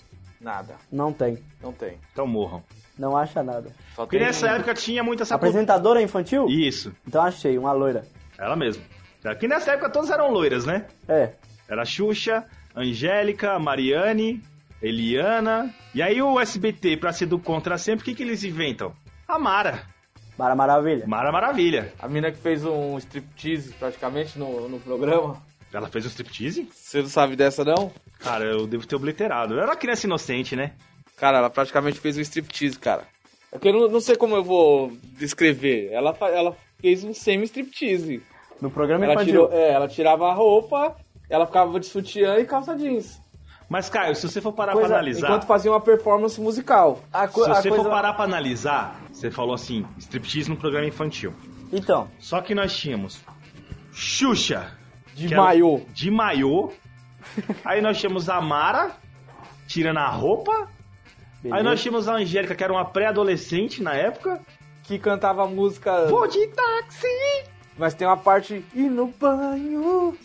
Speaker 4: Nada.
Speaker 6: Não tem.
Speaker 4: Não tem.
Speaker 5: Então morram.
Speaker 6: Não acha nada.
Speaker 4: Só
Speaker 5: Porque
Speaker 4: tem um-
Speaker 5: nessa época tinha muito essa... cultura.
Speaker 6: Apresentadora infantil?
Speaker 5: Tá Isso,
Speaker 6: Então achei, uma loira.
Speaker 5: ela mesma. Porque nessa época todas eram loiras, né?
Speaker 6: É.
Speaker 5: Era Xuxa, Angélica, Mariane, Eliana. E aí o SBT, pra ser do contra sempre, o que, que eles inventam? A Mara.
Speaker 6: Mara Maravilha.
Speaker 5: Mara Maravilha.
Speaker 4: A mina que fez um striptease praticamente no, no programa.
Speaker 5: Ela fez um striptease?
Speaker 4: Você não sabe dessa, não?
Speaker 5: Cara, eu devo ter obliterado. Eu era uma criança inocente, né?
Speaker 4: Cara, ela praticamente fez um striptease, cara. É que eu não, não sei como eu vou descrever. Ela, fa- ela fez um semi-striptease.
Speaker 6: No programa
Speaker 4: Ela,
Speaker 6: infantil.
Speaker 4: tirou- é, ela tirava a roupa, ela ficava de sutiã e calça jeans.
Speaker 5: Mas, Caio, se você for parar
Speaker 6: Coisa-
Speaker 5: pra analisar.
Speaker 4: Enquanto fazia uma performance musical.
Speaker 6: A
Speaker 5: Se
Speaker 6: co- a
Speaker 5: você for
Speaker 6: coisa-
Speaker 5: parar pra analisar, você falou assim: striptease no programa infantil.
Speaker 6: Então,
Speaker 5: Só que nós tínhamos Xuxa
Speaker 4: De
Speaker 5: Quero-
Speaker 4: maiô.
Speaker 5: de maiô. aí nós tínhamos a Mara tirando a roupa. Aí
Speaker 6: Beleza.
Speaker 5: nós tínhamos a Angélica, que era uma pré-adolescente na época.
Speaker 4: Que cantava música.
Speaker 5: Pô, de táxi!
Speaker 4: Mas tem uma parte. E no banho.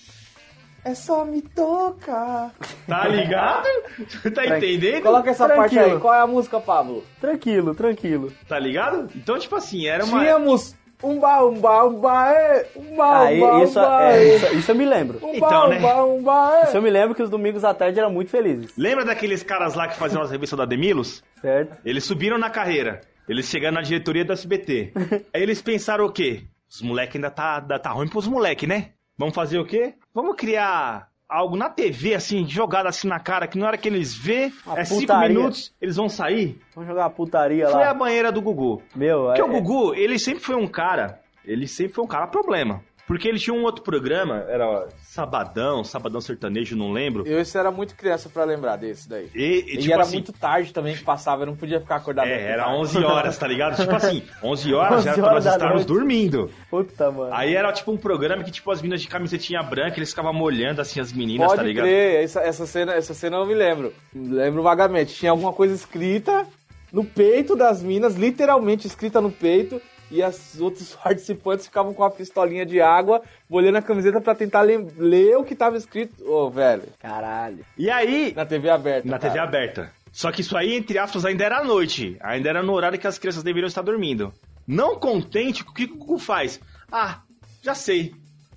Speaker 4: É só me tocar.
Speaker 5: Tá ligado? tá entendendo?
Speaker 4: Coloca essa parte
Speaker 6: Tranquilo.
Speaker 4: aí. Qual é a música, Pablo?
Speaker 6: tranquilo, tranquilo.
Speaker 5: Tá ligado? Então, tipo assim, era uma.
Speaker 4: Tínhamos um ba, um ba, um ba, é, um ba,
Speaker 5: Ah,
Speaker 6: Aí,
Speaker 4: um ba,
Speaker 6: Ah, isso,
Speaker 4: um ba,
Speaker 6: é,
Speaker 4: é.
Speaker 6: isso, isso eu me lembro.
Speaker 4: um
Speaker 5: Então,
Speaker 4: ba,
Speaker 5: né?
Speaker 4: um ba, um ba,
Speaker 6: Isso
Speaker 4: é.
Speaker 6: eu me lembro que os domingos à tarde eram muito felizes,
Speaker 5: Lembra daqueles caras lá que faziam as revistas da Demilos?
Speaker 6: certo?
Speaker 5: Eles subiram na carreira. Eles chegaram na diretoria do SBT. Aí eles pensaram o quê? Os moleques ainda tá, ainda tá ruim pros moleques, né? Vamos fazer o quê? Vamos criar algo na TV, assim, jogado assim na cara, que na hora que eles vê,
Speaker 6: Uma
Speaker 5: é cinco
Speaker 6: putaria.
Speaker 5: minutos, eles vão sair.
Speaker 6: Vamos jogar uma putaria
Speaker 5: Foi é a
Speaker 6: lá.
Speaker 5: banheira do Gugu.
Speaker 6: Meu,
Speaker 5: Porque
Speaker 6: é,
Speaker 5: o Gugu, ele sempre foi um cara. Ele sempre foi um cara problema. Porque ele tinha um outro programa, era Sabadão, Sabadão Sertanejo, não lembro.
Speaker 4: Eu isso era muito criança pra lembrar desse daí.
Speaker 5: E, e,
Speaker 4: E,
Speaker 5: tipo
Speaker 4: era
Speaker 5: assim,
Speaker 4: muito tarde também que passava, eu não podia ficar acordado.
Speaker 5: É,
Speaker 4: muito
Speaker 5: era
Speaker 4: tarde.
Speaker 5: 11 horas, tá ligado? tipo assim, 11 horas
Speaker 6: 11
Speaker 5: já era pra
Speaker 6: horas
Speaker 5: nós
Speaker 6: da
Speaker 5: estarmos
Speaker 6: noite.
Speaker 5: dormindo.
Speaker 6: puta, mano.
Speaker 5: Aí era tipo um programa que, tipo, as meninas de camisetinha branca, eles ficavam molhando assim as meninas,
Speaker 4: Pode
Speaker 5: tá ligado?
Speaker 4: crer, é essa, essa cena, essa cena eu me lembro. Lembro vagamente. Tinha alguma coisa escrita no peito das minas, literalmente escrita no peito, e os outros participantes ficavam com a pistolinha de água, molhando a camiseta pra tentar lem- ler o que tava escrito. Ô, velho,
Speaker 6: Caralho.
Speaker 5: E aí,
Speaker 4: na TV aberta.
Speaker 5: na
Speaker 4: cara.
Speaker 5: TV aberta. Só que isso aí, entre aspas, ainda era à noite. Ainda era no horário que as crianças deveriam estar dormindo. Não contente, o que que o Gugu faz? Ah, já sei.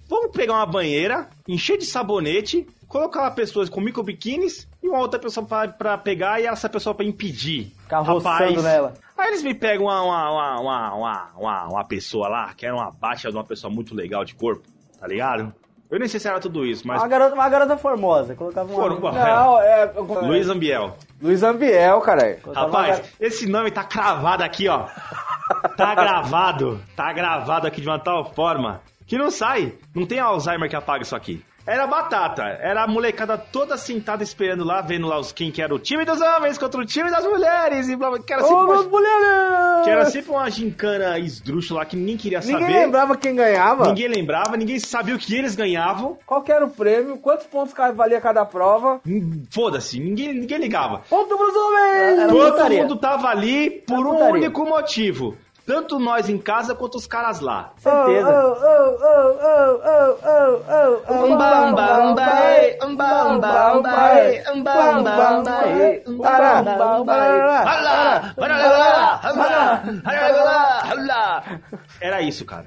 Speaker 5: Vamos pegar uma banheira, encher de sabonete, colocar lá pessoas com microbiquínis e uma outra pessoa pra, pra pegar e essa pessoa pra impedir.
Speaker 6: Ficar roçando nela.
Speaker 5: Aí eles me pegam uma, uma, uma, uma, uma, uma, uma pessoa lá, que era uma baixa de uma pessoa muito legal de corpo, tá ligado? Eu nem sei se era tudo isso, mas.
Speaker 6: Uma, garota, uma garota formosa. Colocava um
Speaker 5: Foram,
Speaker 6: amigo-
Speaker 5: pô.
Speaker 4: Não, é.
Speaker 6: Ah,
Speaker 5: Luiz Ambiel.
Speaker 4: Luiz Ambiel, caralho.
Speaker 6: colocava uma
Speaker 5: Rapaz,
Speaker 6: gar-
Speaker 5: esse nome tá cravado aqui, ó. Tá gravado. Tá gravado aqui de uma tal forma que não sai. Não tem Alzheimer que apaga isso aqui. Era batata. Era a molecada toda sentada esperando lá, vendo lá os quem que era o time dos homens contra o time das mulheres. E blá, blá, que, era sempre
Speaker 4: Ô,
Speaker 5: uma,
Speaker 4: mulheres!
Speaker 5: que era sempre uma gincana esdrúxula lá que ninguém queria
Speaker 4: Ninguém
Speaker 5: saber.
Speaker 4: lembrava quem ganhava.
Speaker 5: Ninguém lembrava, ninguém sabia o que eles ganhavam.
Speaker 4: Qual que era o prêmio? Quantos pontos ca- valia cada prova?
Speaker 5: Hum, Foda-se, ninguém, ninguém ligava.
Speaker 4: Ponto pros homens!
Speaker 6: Era
Speaker 5: Todo
Speaker 6: putaria.
Speaker 5: mundo tava ali por um
Speaker 6: putaria.
Speaker 5: único motivo. Tanto nós em casa quanto os caras lá.
Speaker 6: Certeza.
Speaker 4: Oh, oh, oh, oh, oh, oh, oh, oh,
Speaker 6: Umba, umba, umbai, umba, umba, umbai, umba, umba, umbai, umba, umba, umbai.
Speaker 5: Ah, Era isso, cara.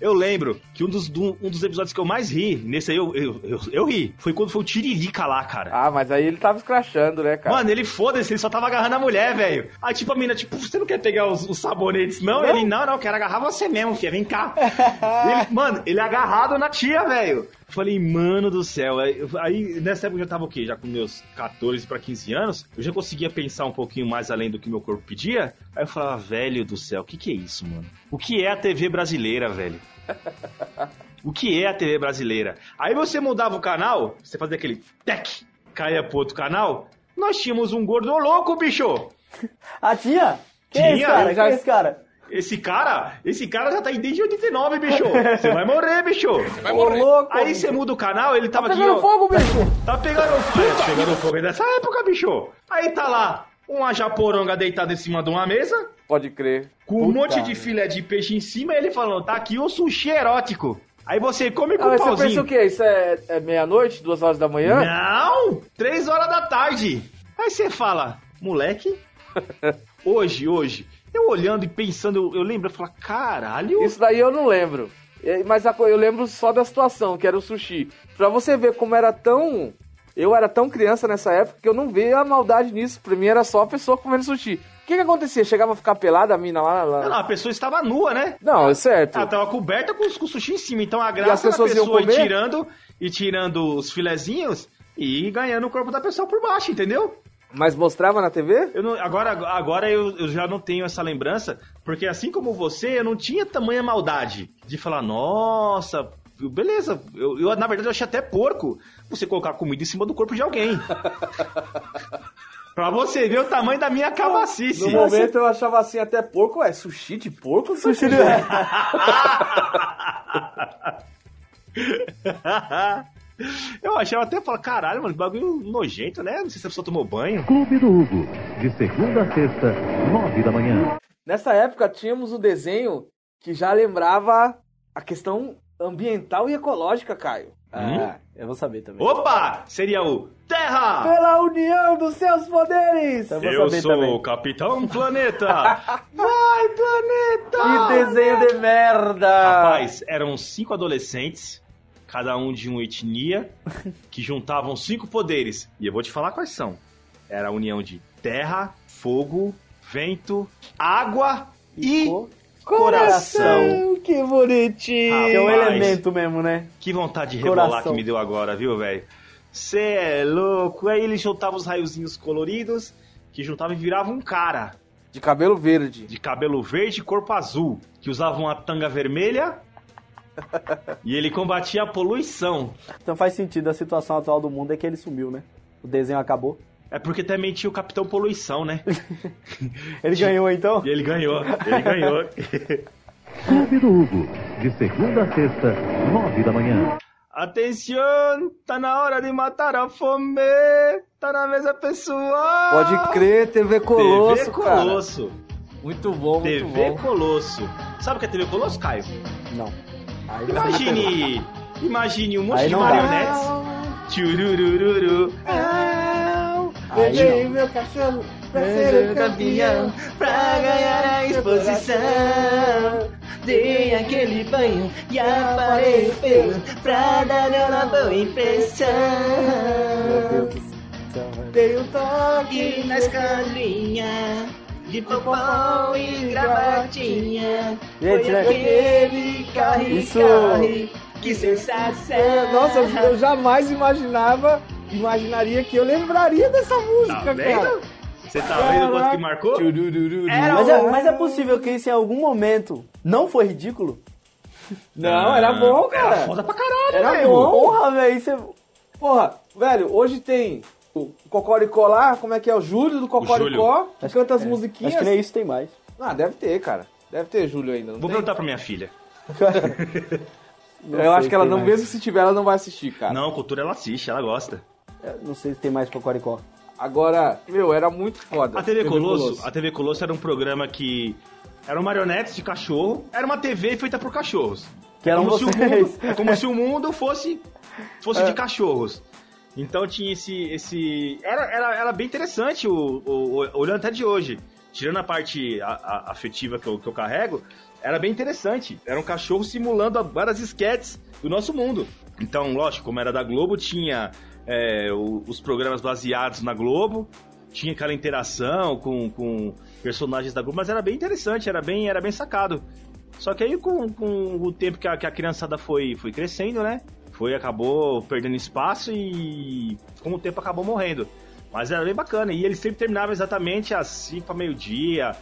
Speaker 5: Eu lembro que um dos, do- um dos episódios que eu mais ri, nesse aí eu, eu, eu, eu ri, foi quando foi o Tiririca lá, cara.
Speaker 4: Ah, mas aí ele tava escrachando, né, cara?
Speaker 5: Mano, ele foda-se, ele só tava agarrando a mulher, velho. Aí, tipo, a mina, tipo, você não quer pegar os, os sabonetes, não? Ele, não, não, quero agarrar você mesmo, filha, vem cá. Ele- mano, ele é agarrado na tia, velho. Falei, mano do céu. Aí, eu- aí, nessa época eu já tava o quê? Já com meus 14 pra 15 anos, eu já conseguia pensar um pouquinho mais além do que meu corpo pedia. Aí eu falava, velho do céu, o que que é isso, mano? O que é a TV brasileira, velho? O que é a TV brasileira? Aí você mudava o canal, você fazia aquele tec, caía pro outro canal. Nós tínhamos um gordo louco, bicho!
Speaker 6: A tia? Ah, Quem é esse
Speaker 5: Tia,
Speaker 6: cara?
Speaker 5: eu
Speaker 6: Quem
Speaker 5: já-
Speaker 6: é esse cara?
Speaker 5: Esse cara, esse cara já tá aí desde 89, bicho! Você vai morrer, bicho!
Speaker 2: Vai morrer.
Speaker 4: louco!
Speaker 5: Aí você muda o canal, ele tava aqui, ó,
Speaker 4: Tá Pegando fogo, bicho!
Speaker 5: Tá pegando fogo, é, pegando fogo dessa época, bicho! Aí tá lá, uma japoronga deitada em cima de uma mesa,
Speaker 4: Pode crer.
Speaker 5: com um monte de filé de peixe em cima, e ele falando, tá aqui o sushi erótico. Aí você come com
Speaker 4: Ah,
Speaker 5: um
Speaker 4: mas você
Speaker 5: pauzinho.
Speaker 4: pensa o quê? Isso é, é meia-noite, duas horas da manhã?
Speaker 5: Não! Três horas da tarde. Aí você fala, moleque, hoje, hoje, eu olhando e pensando, eu lembro, eu falo, caralho.
Speaker 4: Isso daí eu não lembro. É, Mas a co- eu lembro só da situação, que era o sushi. Pra você ver como era tão. Eu era tão criança nessa época que eu não via a maldade nisso. Pra mim era só a pessoa comendo sushi. O que que acontecia? Chegava a ficar pelada a mina lá?
Speaker 5: Não,
Speaker 4: lá...
Speaker 5: a pessoa estava nua, né?
Speaker 4: Não, é certo.
Speaker 5: Ela tava coberta com, os- com o sushi em cima, então a
Speaker 4: as
Speaker 5: graça era a
Speaker 4: pessoas iam
Speaker 5: pessoa ir
Speaker 4: comer?
Speaker 5: tirando e tirando os filezinhos e ganhando o corpo da pessoa por baixo, entendeu?
Speaker 4: Mas mostrava na TV?
Speaker 5: Eu não- agora agora eu, eu já não tenho essa lembrança, porque assim como você, eu não tinha tamanha maldade de falar, nossa, beleza, eu, eu, na verdade eu achei até porco você colocar comida em cima do corpo de alguém. pra você ver o tamanho da minha
Speaker 4: No
Speaker 5: cabacice.
Speaker 4: momento eu achava assim até porco, é sushi de porco? Sushi de...
Speaker 5: eu achava até, falar, caralho, mano, que bagulho nojento, né? Não sei se a pessoa tomou banho.
Speaker 7: Clube do Hugo, de segunda a sexta, nove da manhã.
Speaker 4: Nessa época tínhamos um desenho que já lembrava a questão ambiental e ecológica, Caio. É.
Speaker 6: Ah, eu vou saber também.
Speaker 5: Opa! Seria o Terra!
Speaker 4: Pela união dos seus poderes!
Speaker 6: Eu vou
Speaker 5: Eu
Speaker 6: saber
Speaker 5: sou
Speaker 6: também.
Speaker 5: o Capitão Planeta! Vai,
Speaker 4: Que
Speaker 5: planeta!
Speaker 4: desenho de merda!
Speaker 5: Rapaz, eram cinco adolescentes, cada um de uma etnia, que juntavam cinco poderes. E eu vou te falar quais são. Era a união de terra, fogo, vento, água e
Speaker 6: co-
Speaker 5: coração.
Speaker 4: Que bonitinho!
Speaker 6: Que é um
Speaker 5: Rapaz,
Speaker 6: elemento mesmo, né?
Speaker 5: Que vontade de
Speaker 6: Coração.
Speaker 5: rebolar que me deu agora, viu, velho? Cê é louco. Aí ele juntava os raiozinhos coloridos, que juntava e virava um cara.
Speaker 4: De cabelo verde.
Speaker 5: de cabelo verde e corpo azul, que usava uma tanga vermelha e ele combatia a poluição.
Speaker 6: Então faz sentido a situação atual do mundo é que ele sumiu, né? O desenho acabou.
Speaker 5: É porque também tinha o Capitão Poluição, né?
Speaker 6: Ele ganhou então?
Speaker 5: E ele ganhou, ele ganhou.
Speaker 7: Clube do Hugo, de segunda a sexta, nove da manhã.
Speaker 5: Atenção, tá na hora de matar a fome, tá na mesa pessoal.
Speaker 4: Pode crer, TV Colosso,
Speaker 5: TV
Speaker 4: cara.
Speaker 5: Colosso.
Speaker 4: Muito bom, muito
Speaker 5: TV
Speaker 4: bom.
Speaker 5: Colosso. Sabe o que é TV Colosso, Caio?
Speaker 6: Não. Aí você não
Speaker 5: Imagine, imagine um monte
Speaker 6: Aí
Speaker 5: de
Speaker 6: não dá.
Speaker 5: marionetes. Tchururururu. Au.
Speaker 6: pegou. Aí não.
Speaker 4: meu cachorro Ah,
Speaker 5: pra ser o campeão, pra ganhar a exposição.
Speaker 8: Dei aquele banho e
Speaker 4: Ah,
Speaker 8: aparei o pelo pra dar uma boa impressão.
Speaker 6: Meu Deus do céu, velho.
Speaker 4: Dei um toque
Speaker 8: E na escolinha de popão e gravatinha.
Speaker 6: Gente,
Speaker 8: foi
Speaker 6: né?
Speaker 8: aquele corre,
Speaker 6: Isso-
Speaker 8: corre, que sensação.
Speaker 4: É, Nossa, eu eu jamais imaginava, imaginaria que eu lembraria dessa música, cara.
Speaker 5: Tá Você tá vendo quanto que marcou?
Speaker 4: Era um
Speaker 6: Mas é, mas é possível que isso em algum momento não foi ridículo?
Speaker 4: Não, era bom, cara. Era
Speaker 5: foda
Speaker 4: pra caralho, Era bom.
Speaker 6: Porra, velho, isso é...
Speaker 4: Porra, velho, hoje tem o Cocoricó lá, como é que é? O Júlio do Cocoricó, que canta as musiquinhas.
Speaker 6: É. Acho que nem isso tem mais.
Speaker 4: Ah, deve ter, cara. Deve ter Júlio ainda. Não
Speaker 5: Vou
Speaker 4: tem?
Speaker 5: perguntar pra minha filha.
Speaker 6: Não
Speaker 4: eu acho
Speaker 6: sei
Speaker 4: que ela
Speaker 6: se tem
Speaker 4: não,
Speaker 6: mais.
Speaker 4: mesmo se tiver, ela não vai assistir, cara.
Speaker 5: Não, cultura ela assiste, ela gosta.
Speaker 6: Eu Não sei se tem mais Cocoricó.
Speaker 4: Agora, meu, era muito foda.
Speaker 5: A TV Colosso, a TV Colosso era um programa que eram marionetes de cachorro, era uma TV feita por cachorros.
Speaker 6: Que eram
Speaker 5: como se o
Speaker 6: vocês.
Speaker 5: mundo, é como se o mundo fosse fosse de cachorros. Então tinha esse esse era, era, era bem interessante o, o- o- olhando até de hoje, tirando a parte a- a- afetiva que eu, que eu carrego, era bem interessante. Era um cachorro simulando várias esquetes do nosso mundo. Então, lógico, como era da Globo, tinha é, o- os programas baseados na Globo, tinha aquela interação com, com personagens da Globo, mas era bem interessante, era bem, era bem sacado. Só que aí com, com o tempo que a, que a criançada foi, foi crescendo, né? Foi, acabou perdendo espaço e com o tempo acabou morrendo. Mas era bem bacana. E ele sempre terminava exatamente às 5 para meio-dia,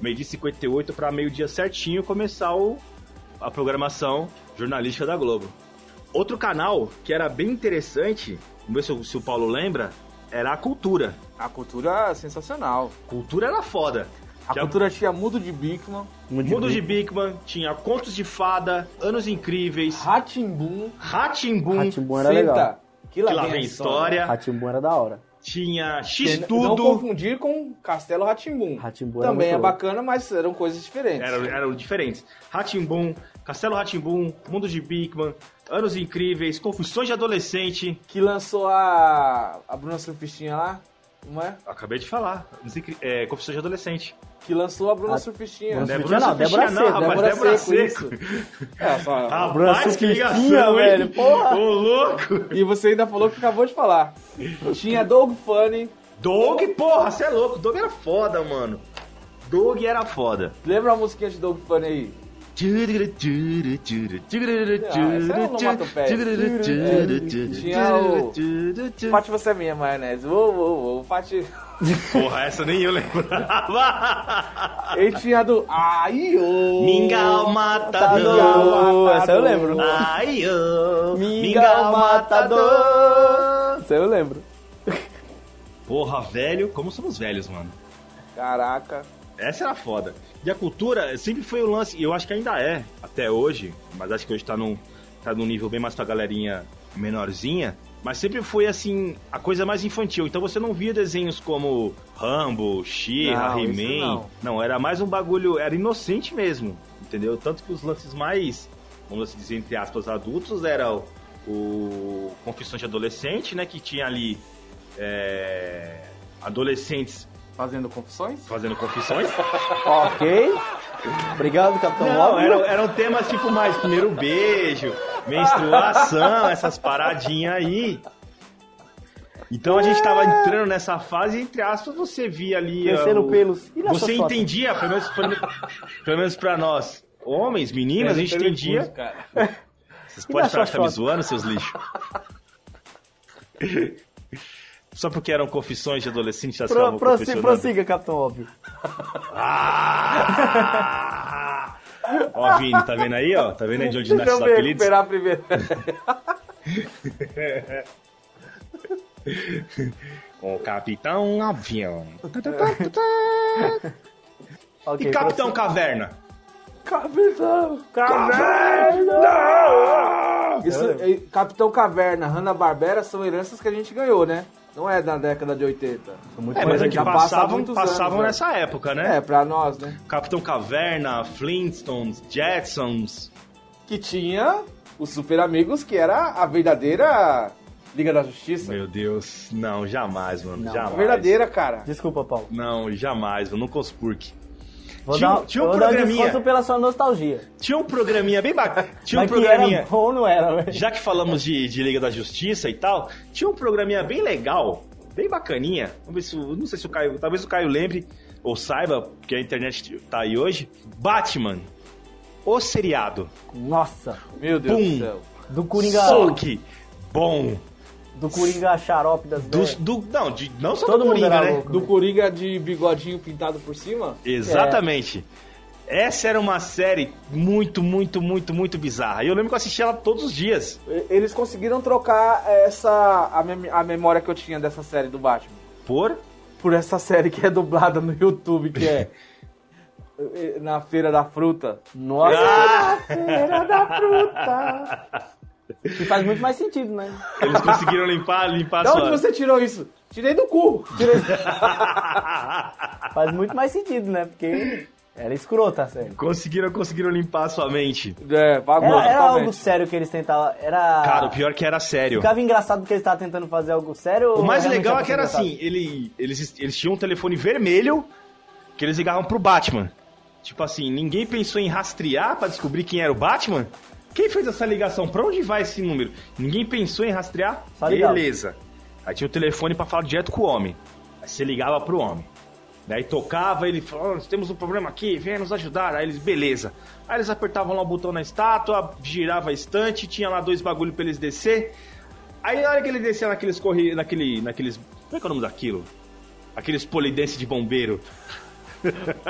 Speaker 5: meio-dia e 58 para meio-dia certinho começar o, a programação jornalística da Globo. Outro canal que era bem interessante, vamos ver se, o- se o Paulo lembra, era a Cultura.
Speaker 4: A cultura é sensacional.
Speaker 5: Cultura era foda.
Speaker 4: A
Speaker 5: Que
Speaker 4: cultura é tinha mudo de Bigman,
Speaker 5: Mundo de Bigman, tinha Contos de Fada, Anos Incríveis,
Speaker 4: Ratimbum,
Speaker 5: Ratimbum,
Speaker 6: Ratimbum era legal.
Speaker 4: Senta, que
Speaker 5: que
Speaker 4: lá,
Speaker 5: lá vem história,
Speaker 6: Ratimbum era da hora.
Speaker 5: tinha
Speaker 4: Que
Speaker 5: X
Speaker 4: n- Não
Speaker 5: tudo,
Speaker 4: confundir com Castelo Ratimbum.
Speaker 6: Rá-Tim-Bum era
Speaker 4: Também
Speaker 6: muito
Speaker 4: é
Speaker 6: louco.
Speaker 4: bacana, mas eram coisas diferentes.
Speaker 5: eram, eram diferentes. Ratimbum, Castelo Ratimbum, Mundo de Bigman, Anos Incríveis, Confissões de Adolescente.
Speaker 4: Que lançou a, a Bruna Surfistinha lá, não é?
Speaker 5: Acabei de falar, Anos Incri- é, Confissões de Adolescente.
Speaker 4: Que lançou a Bruna
Speaker 6: A-
Speaker 4: Surfistinha.
Speaker 6: Bruna
Speaker 5: Débora
Speaker 6: não,
Speaker 5: Surfistinha
Speaker 6: Débora Seco,
Speaker 5: rapaz,
Speaker 4: Débora
Speaker 5: Débora
Speaker 4: Seco,
Speaker 5: Seco. Ah,
Speaker 4: É, só-
Speaker 6: Bruna
Speaker 5: Rapaz, que
Speaker 6: Surfistinha,
Speaker 5: ligação,
Speaker 6: velho,
Speaker 5: hein?
Speaker 6: porra.
Speaker 5: Ô, louco!
Speaker 4: E você ainda falou que acabou de falar. Tinha Doug Funny.
Speaker 5: Doug, porra, você é louco. Doug era foda, mano. Doug era foda.
Speaker 4: Lembra a musiquinha de Doug Funny aí?
Speaker 6: Ah, é um
Speaker 4: Pate você é minha, maionese. Uou, uou, uou. Pate...
Speaker 5: Porra, essa nem eu lembrava.
Speaker 4: Ele tinha do... Ai, ô.
Speaker 5: Mingau
Speaker 4: Matador.
Speaker 5: matador.
Speaker 6: Oh, essa eu lembro.
Speaker 5: Ai, ô.
Speaker 6: Mingau matador. Essa eu lembro.
Speaker 5: Porra, velho, como somos velhos, mano.
Speaker 4: Caraca.
Speaker 5: Essa era foda. E a cultura sempre foi o lance, e eu acho que ainda é, até hoje, mas acho que hoje tá num, tá num nível bem mais pra galerinha menorzinha. Mas sempre foi assim, a coisa mais infantil. Então você não via desenhos como Rambo, She-Ra,
Speaker 4: Não, isso
Speaker 5: He-Man.
Speaker 4: não.
Speaker 5: Não, era mais um bagulho, era inocente mesmo, entendeu? Tanto que os lances mais, vamos assim dizer, entre aspas, adultos era o, o Confissões de Adolescente, né? Que tinha ali é, adolescentes
Speaker 4: Fazendo confissões?
Speaker 5: fazendo confissões.
Speaker 6: Ok. Obrigado, Capitão
Speaker 5: Não,
Speaker 6: Móvel.
Speaker 5: eram, eram temas tipo mais primeiro beijo, menstruação, essas paradinhas aí. Então a gente tava entrando nessa fase, entre aspas, você via ali. ó,
Speaker 6: Crescendo
Speaker 5: o-
Speaker 6: pelos. E nessa
Speaker 5: Você
Speaker 6: foto?
Speaker 5: entendia, pelo menos, pelo, pelo menos pra nós, homens, meninas, a gente entendia.
Speaker 4: Cara.
Speaker 5: Vocês
Speaker 6: E
Speaker 5: podem
Speaker 6: na
Speaker 5: parar
Speaker 6: sua
Speaker 5: de ficar me
Speaker 6: foto?
Speaker 5: zoando, seus lixos. Só porque eram confissões de adolescente, já se
Speaker 6: Pro,
Speaker 5: chamou
Speaker 6: prossi,
Speaker 5: confessionando.
Speaker 6: prossiga, Capitão Óbvio.
Speaker 5: Ah! Ó, Vini, tá vendo aí, ó? Tá vendo aí de onde
Speaker 4: Deixa
Speaker 5: nasce
Speaker 4: eu
Speaker 5: os
Speaker 4: ver,
Speaker 5: apelidos?
Speaker 4: recuperar primeiro.
Speaker 5: O Capitão Avião.
Speaker 6: Ok,
Speaker 5: E Capitão Caverna?
Speaker 4: Capitão Caverna! Isso, eh, Capitão Caverna, Hanna-Barbera são heranças que a gente ganhou, né? Não é da década de 80.
Speaker 6: prossiga. Muito
Speaker 5: É,
Speaker 6: bom.
Speaker 5: mas é que
Speaker 4: já passa
Speaker 5: passavam,
Speaker 4: muitos
Speaker 5: passavam
Speaker 4: anos,
Speaker 5: nessa época, né?
Speaker 4: É, pra nós, né?
Speaker 5: Capitão Caverna, Flintstones, Jetsons.
Speaker 4: Que tinha os Super Amigos, que era a verdadeira Liga da Justiça.
Speaker 5: Meu Deus, não, jamais, mano,
Speaker 6: Não.
Speaker 5: jamais.
Speaker 4: a verdadeira, cara.
Speaker 6: Desculpa, Paulo.
Speaker 5: Não, jamais, mano, não conspurque.
Speaker 6: Vou
Speaker 5: Tinha um-
Speaker 6: dar,
Speaker 5: tinha um
Speaker 6: vou dar
Speaker 5: programinha.
Speaker 6: desconto pela sua nostalgia.
Speaker 5: Tinha um programinha bem bacana. Tinha um
Speaker 6: Mas que era
Speaker 5: programinha.
Speaker 6: bom, não era, velho?
Speaker 5: Já que falamos de, de Liga da Justiça e tal, tinha um programinha bem legal, bem bacaninha. Vamos ver se, o- não sei se o Caio, talvez o Caio lembre ou saiba, porque a internet tá aí hoje. Batman, o seriado.
Speaker 6: Nossa,
Speaker 4: Meu Deus
Speaker 5: Pum.
Speaker 4: do céu.
Speaker 6: do Coringa,
Speaker 5: Só que bom.
Speaker 6: do Coringa xarope das
Speaker 5: Do,
Speaker 6: velhas.
Speaker 5: do- não, de- não só
Speaker 6: É. Todo
Speaker 5: do
Speaker 6: mundo
Speaker 5: Coringa,
Speaker 6: era
Speaker 5: né?
Speaker 6: louco.
Speaker 4: Do Coringa de bigodinho pintado por cima?
Speaker 5: Exatamente. Essa era uma série muito, muito, muito, muito bizarra. E eu lembro que eu assisti ela todos os dias.
Speaker 4: E- Eles conseguiram trocar essa a, mem- a memória que eu tinha dessa série do Batman
Speaker 5: Por.
Speaker 4: por essa série que é dublada no YouTube, que é eh, na Feira da Fruta.
Speaker 6: Nossa,
Speaker 4: Ah! Feira da Fruta.
Speaker 6: que faz muito mais sentido, né?
Speaker 5: Eles conseguiram limpar, limpar
Speaker 4: Da
Speaker 5: a
Speaker 4: onde
Speaker 5: sua.
Speaker 4: você tirou isso? Tirei do cu. Tirei...
Speaker 6: Faz muito mais sentido, né? Porque era escrota a série.
Speaker 5: Conseguiram, conseguiram limpar a sua mente.
Speaker 4: É, pagou
Speaker 6: Era, era
Speaker 4: totalmente.
Speaker 6: algo sério que eles tentavam. Era.
Speaker 5: Cara, o pior é que era sério.
Speaker 6: Ficava engraçado porque eles estavam tentando fazer algo sério.
Speaker 5: O
Speaker 6: ou
Speaker 5: mais
Speaker 6: realmente
Speaker 5: legal é que era
Speaker 6: engraçado?
Speaker 5: assim, ele, eles, eles tinham um telefone vermelho que eles ligavam pro Batman. Tipo assim, ninguém pensou em rastrear pra descobrir quem era o Batman? Quem fez essa ligação? Pra onde vai esse número? Ninguém pensou em rastrear?
Speaker 6: Só ligava.
Speaker 5: Beleza. Aí tinha o telefone pra falar direto com o homem. Aí você ligava pro homem. Daí tocava, ele falava, "Ó, nós temos um problema aqui, venha nos ajudar. Aí eles, beleza. Aí eles apertavam lá o botão na estátua, girava a estante, tinha lá dois bagulho pra eles descer. Aí na hora que ele descia naqueles corri... naquele, naqueles... Como é que é o nome daquilo? Aqueles polidense de bombeiro.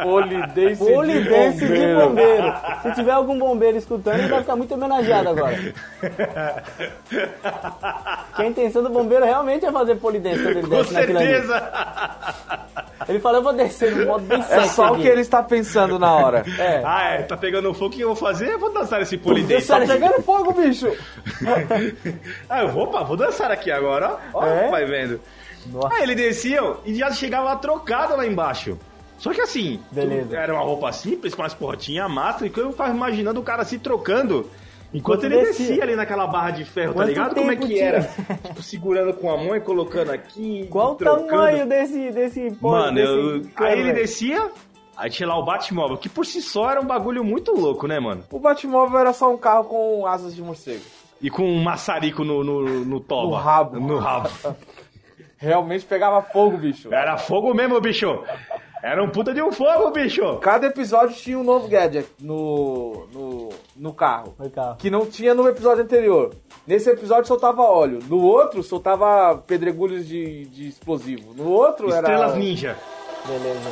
Speaker 4: Polidense,
Speaker 6: Polidense
Speaker 4: de
Speaker 6: de
Speaker 4: bombeiro.
Speaker 6: bombeiro. Se tiver algum bombeiro escutando, ele vai ficar muito homenageado agora. Que a intenção do bombeiro realmente é fazer polidense quando ele
Speaker 5: Com
Speaker 6: desce naquilo ali.
Speaker 5: certeza!
Speaker 6: Ele fala, eu vou descer de um modo bem
Speaker 4: É
Speaker 6: sexy
Speaker 4: só o
Speaker 6: aqui.
Speaker 4: que ele está pensando na hora.
Speaker 6: É.
Speaker 5: Ah, é, tá pegando fogo, o que eu vou fazer? Eu vou dançar esse polidense.
Speaker 6: Dançar
Speaker 4: Tá pegando fogo, bicho.
Speaker 5: Ah, eu vou, opa, vou dançar aqui agora, ó. Ó,
Speaker 6: É?
Speaker 5: vai vendo.
Speaker 6: Nossa.
Speaker 5: Aí ele descia e já chegava lá trocado lá embaixo. Só que assim,
Speaker 6: Beleza.
Speaker 5: tudo- era uma roupa simples, com as portinhas, máscara, e que eu ficava imaginando o cara se trocando enquanto
Speaker 6: Enquanto
Speaker 5: ele descia.
Speaker 6: descia.
Speaker 5: ali naquela barra de ferro,
Speaker 6: Quanto
Speaker 5: tá ligado? Como é
Speaker 6: tempo
Speaker 5: que
Speaker 6: tinha?
Speaker 5: era? Tipo, segurando com a mão e colocando aqui.
Speaker 6: Qual o
Speaker 5: trocando.
Speaker 6: tamanho desse, desse poli-
Speaker 5: Mano,
Speaker 6: desse
Speaker 5: eu-
Speaker 6: cara,
Speaker 5: aí ele
Speaker 6: velho?
Speaker 5: descia, aí tinha lá o Batmóvel, que por si só era um bagulho muito louco, né, mano?
Speaker 4: O Batmóvel era só um carro com asas de morcego.
Speaker 5: E com um maçarico no, no, no toba.
Speaker 4: No rabo.
Speaker 5: No rabo.
Speaker 4: Realmente pegava fogo, bicho.
Speaker 5: Era fogo mesmo, bicho. Era um puta de um fogo, bicho.
Speaker 4: Cada episódio tinha um novo gadget no, no, no carro.
Speaker 6: Foi carro.
Speaker 4: Que não tinha no episódio anterior. Nesse episódio soltava óleo. No outro soltava pedregulhos de, de explosivo. No outro
Speaker 5: Estrelas
Speaker 4: era.
Speaker 5: Ninja.
Speaker 6: Beleza.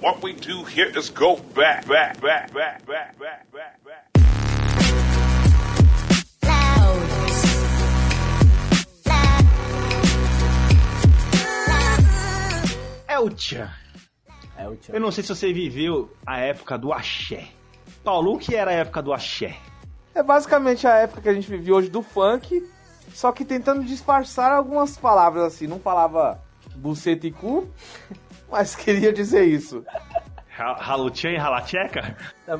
Speaker 2: What we do here is go back, back, back, back, back, back, back, back.
Speaker 5: É o tchan.
Speaker 6: É o tchan.
Speaker 5: Eu não sei se você viveu a época do axé. Paulo, o que era a época do axé?
Speaker 4: É basicamente a época que a gente vive hoje do funk, só que tentando disfarçar algumas palavras assim. Não falava buceta e cu, mas queria dizer isso.
Speaker 5: Ra- Ralutchan e ralacheca?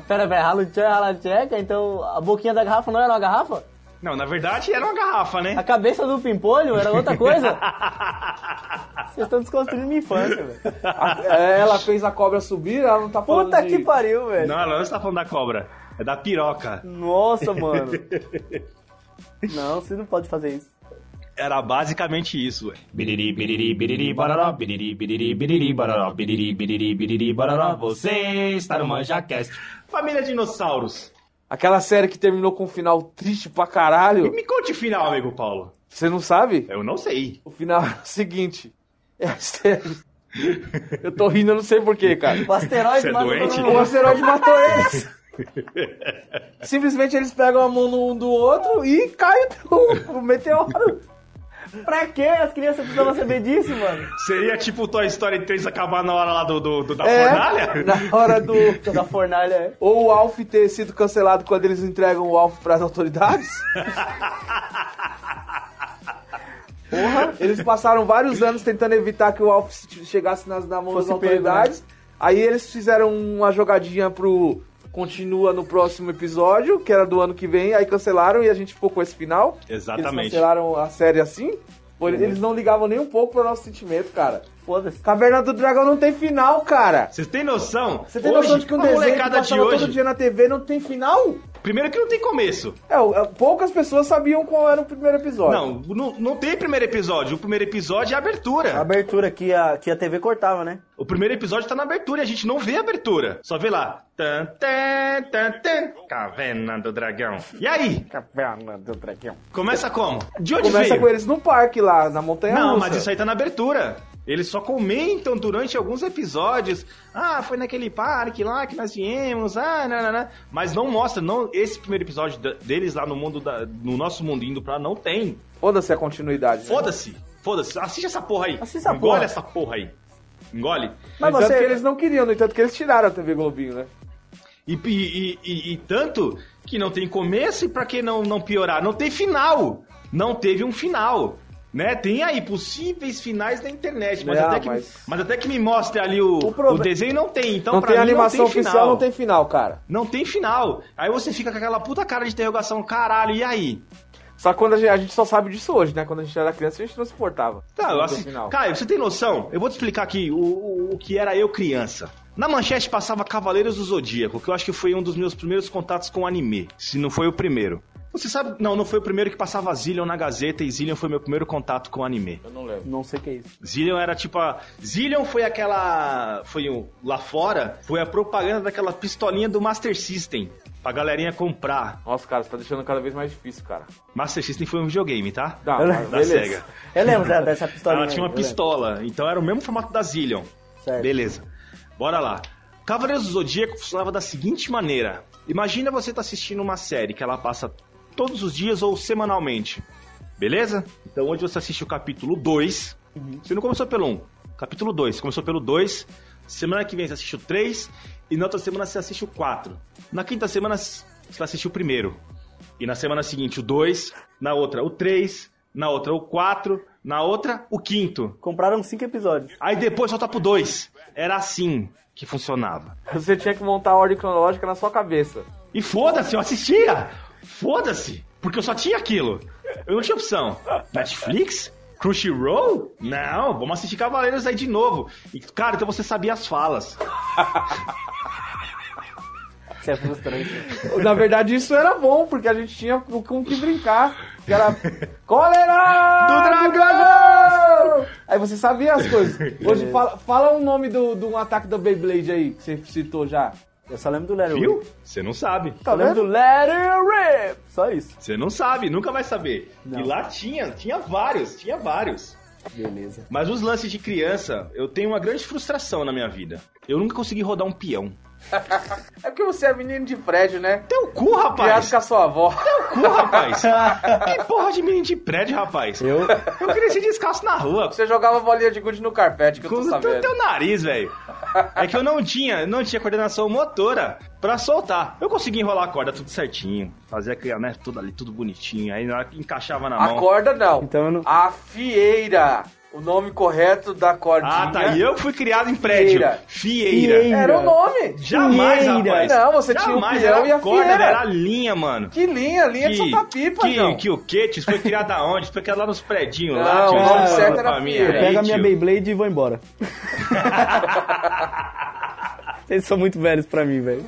Speaker 6: Pera, pera, ralo tchan, rala tcheca, então a boquinha da garrafa não era uma garrafa?
Speaker 5: Não, na verdade era uma garrafa,
Speaker 6: A
Speaker 5: né?
Speaker 6: cabeça do pimpolho era outra coisa? Vocês estão desconstruindo minha infância, velho.
Speaker 4: A- é, ela fez a cobra subir, ela não tá falando
Speaker 6: Puta
Speaker 4: de...
Speaker 6: que pariu, velho.
Speaker 5: Não, ela não está falando da cobra. É da piroca.
Speaker 6: Nossa, mano. Não, você não pode fazer isso.
Speaker 5: Era basicamente isso, ué.
Speaker 1: Biriri, biriri, biriri, barará, biriri, biriri, biriri, barará, biriri, biriri, biriri, barará. Você está no ManjaCast.
Speaker 5: Família Dinossauros.
Speaker 4: Aquela série que terminou com um final triste pra
Speaker 5: E
Speaker 4: caralho.
Speaker 5: me conte o final, amigo Paulo.
Speaker 4: Você não sabe?
Speaker 5: Eu não sei.
Speaker 4: O final é o seguinte. É a série. Eu tô rindo, eu não sei porquê, cara.
Speaker 6: O asteroide
Speaker 5: Você é
Speaker 6: matou
Speaker 5: doente?
Speaker 6: todo
Speaker 4: O
Speaker 6: mundo.
Speaker 4: asteroide matou eles. Simplesmente eles pegam a mão no um do outro e cai o, o meteoro.
Speaker 6: Pra quê? As crianças precisavam saber disso, mano.
Speaker 5: Seria tipo o Toy Story 3 acabar na hora lá do, do- do- da
Speaker 4: É,
Speaker 5: fornalha?
Speaker 4: na hora do...
Speaker 6: Da fornalha. é,
Speaker 4: Ou o Alf ter sido cancelado quando eles entregam o Alf pras autoridades. Porra, eles passaram vários anos tentando evitar que o Alf se- chegasse nas, na mão das
Speaker 6: Fosse pego,
Speaker 4: autoridades. Aí eles fizeram uma jogadinha pro continua no próximo episódio, que era do ano que vem, aí cancelaram e a gente ficou com esse final. Eles
Speaker 5: Exatamente.
Speaker 4: cancelaram a série assim. Pô, Eles não ligavam nem um pouco pro nosso sentimento, cara.
Speaker 6: Foda-se.
Speaker 4: Caverna do Dragão não tem final, cara.
Speaker 5: Vocês têm noção?
Speaker 4: Você tem
Speaker 5: hoje,
Speaker 4: noção de que um
Speaker 5: a
Speaker 4: desenho que
Speaker 5: molecada de
Speaker 4: passava
Speaker 5: hoje.
Speaker 4: todo dia na TV não tem final?
Speaker 5: Primeiro que não tem começo.
Speaker 4: É, o- é, poucas pessoas sabiam qual era o primeiro episódio.
Speaker 5: Não, não, não tem primeiro episódio. O primeiro episódio é a abertura.
Speaker 6: A abertura que a, que a TV cortava, né?
Speaker 5: O primeiro episódio tá na abertura e a gente não vê a abertura. Só vê lá. Tan, tan, tan, tan. Caverna do Dragão. E aí?
Speaker 4: Caverna do Dragão.
Speaker 5: Começa como? De onde
Speaker 4: Começa
Speaker 5: veio?
Speaker 4: com eles no parque lá, na montanha
Speaker 5: Não,
Speaker 4: russa.
Speaker 5: mas isso aí tá na abertura. Eles só comentam durante alguns episódios. Ah, foi naquele parque lá que nós viemos. Ah, nananã. Mas não mostra, não. Esse primeiro episódio da- deles lá no mundo da- no nosso mundo indo pra não tem.
Speaker 4: Foda-se a continuidade. né?
Speaker 5: Foda-se. Foda-se. Assiste essa porra aí.
Speaker 6: Assiste essa
Speaker 5: Engole
Speaker 6: porra.
Speaker 5: essa porra aí. Engole.
Speaker 4: No
Speaker 6: Mas
Speaker 4: entanto que
Speaker 6: você.
Speaker 4: eles não queriam, no entanto que eles tiraram a TV Globinho, né?
Speaker 5: E, e- e- e- e tanto que não tem começo e pra que não, não piorar? Não tem final. Não teve um final. Né? Tem aí possíveis finais na internet, mas,
Speaker 4: É,
Speaker 5: até, que,
Speaker 4: mas-
Speaker 5: mas... até que me mostre ali o,
Speaker 4: O proble-
Speaker 5: o desenho não tem. Então,
Speaker 4: não
Speaker 5: pra
Speaker 4: tem
Speaker 5: mim,
Speaker 4: animação
Speaker 5: não tem
Speaker 4: oficial,
Speaker 5: final.
Speaker 4: não tem final, cara.
Speaker 5: Não tem final. Aí você fica com aquela puta cara de interrogação, caralho, e aí?
Speaker 4: Só que quando a gente, a gente só sabe disso hoje, né? Quando a gente era criança, a gente não se importava.
Speaker 5: Tá,
Speaker 4: Não
Speaker 5: eu
Speaker 4: tem
Speaker 5: assi...
Speaker 4: final.
Speaker 5: Caio, você tem noção? Eu vou te explicar aqui o, o, o que era eu criança. Na manchete passava Cavaleiros do Zodíaco, que eu acho que foi um dos meus primeiros contatos com anime, se não foi o primeiro. Você sabe, não, não foi o primeiro que passava Zillion na Gazeta e Zillion foi meu primeiro contato com anime.
Speaker 6: Não sei o que é isso.
Speaker 5: Zillion era tipo a... Zillion foi aquela... foi um... lá fora, foi a propaganda daquela pistolinha do Master System, pra galerinha comprar.
Speaker 4: Nossa, cara, você tá deixando cada vez mais difícil, cara.
Speaker 5: Master System foi um videogame, tá?
Speaker 4: Dá, mas
Speaker 6: Eu lembro.
Speaker 5: Da
Speaker 4: beleza.
Speaker 5: SEGA.
Speaker 6: Eu lembro dela, dessa pistolinha.
Speaker 5: Ela tinha uma
Speaker 6: aí, eu lembro.
Speaker 5: pistola, então era o mesmo formato da Zillion.
Speaker 6: Certo.
Speaker 5: Beleza. Bora lá. Cavaleiros do Zodíaco funcionava da seguinte maneira. Imagina você tá assistindo uma série que ela passa todos os dias ou semanalmente. Beleza? Então hoje você assiste o capítulo 2. Você não começou pelo 1. Um. Capítulo 2. Começou pelo 2. Semana que vem você assiste o 3. E na outra semana você assiste o 4. Na quinta semana você assiste o primeiro. E na semana seguinte o 2. Na outra o 3. Na outra o 4. Na outra o quinto.
Speaker 6: Compraram cinco episódios.
Speaker 5: Aí depois solta pro 2. Era assim que funcionava.
Speaker 4: Você tinha que montar a ordem cronológica na sua cabeça.
Speaker 5: E foda-se, eu assistia! Foda-se! Porque eu só tinha aquilo. Eu não tinha opção. Netflix? Crunchyroll? Não, vamos assistir Cavaleiros aí de novo. E, cara, então você sabia as falas.
Speaker 6: Isso é frustrante.
Speaker 4: Na verdade, isso era bom, porque a gente tinha com com o que brincar. Que era cólera do dragão! Aí você sabia as coisas. Hoje, fala, fala o nome do, do ataque da Beyblade aí, que você citou já.
Speaker 6: Eu só lembro do Larry
Speaker 5: Viu? Você não sabe.
Speaker 6: Eu lembro do Let It Rip. Só isso.
Speaker 5: Você não sabe, nunca vai saber. E lá tinha, tinha vários, tinha vários.
Speaker 6: Beleza.
Speaker 5: Mas os lances de criança, eu tenho uma grande frustração na minha vida. Eu nunca consegui rodar um peão.
Speaker 4: É porque você é menino de prédio, né?
Speaker 5: Teu cu,
Speaker 4: Criado
Speaker 5: rapaz!
Speaker 4: com a sua avó.
Speaker 5: cu, rapaz! Que porra de menino de prédio, rapaz? Eu, cresci descalço na rua.
Speaker 4: Você jogava bolinha de gude no carpete, que eu tô
Speaker 5: Com o
Speaker 4: sabendo.
Speaker 5: teu nariz, velho. É que eu não tinha, não tinha coordenação motora pra soltar. Eu conseguia enrolar a corda tudo certinho, fazia aquele, né, tudo ali, tudo bonitinho. Aí na hora que encaixava na
Speaker 4: A
Speaker 5: mão.
Speaker 4: corda não.
Speaker 6: Então eu não.
Speaker 4: A fieira. O nome correto da cordinha.
Speaker 5: Ah, tá. E eu fui criado em prédio.
Speaker 4: Fieira.
Speaker 5: Fieira.
Speaker 6: Fieira.
Speaker 4: Era o nome.
Speaker 5: Jamais,
Speaker 6: Fieira.
Speaker 5: rapaz.
Speaker 4: Não, você tinha o
Speaker 5: Jamais
Speaker 4: peão
Speaker 5: era
Speaker 4: e a
Speaker 5: corda,
Speaker 4: fieira.
Speaker 5: era a linha, mano.
Speaker 4: Que linha, linha de Santa Pipa, então.
Speaker 5: que,
Speaker 4: não.
Speaker 5: que o Ketis foi criado aonde? Foi criado lá nos prédios
Speaker 4: Não,
Speaker 5: lá. tinha
Speaker 4: o
Speaker 5: uns
Speaker 6: nome
Speaker 5: caras
Speaker 4: certo
Speaker 5: da
Speaker 4: era
Speaker 5: família.
Speaker 4: Fieira.
Speaker 5: Aí,
Speaker 6: Pega a minha
Speaker 5: tio.
Speaker 6: Beyblade e vou embora. Vocês são muito velhos pra mim, velho.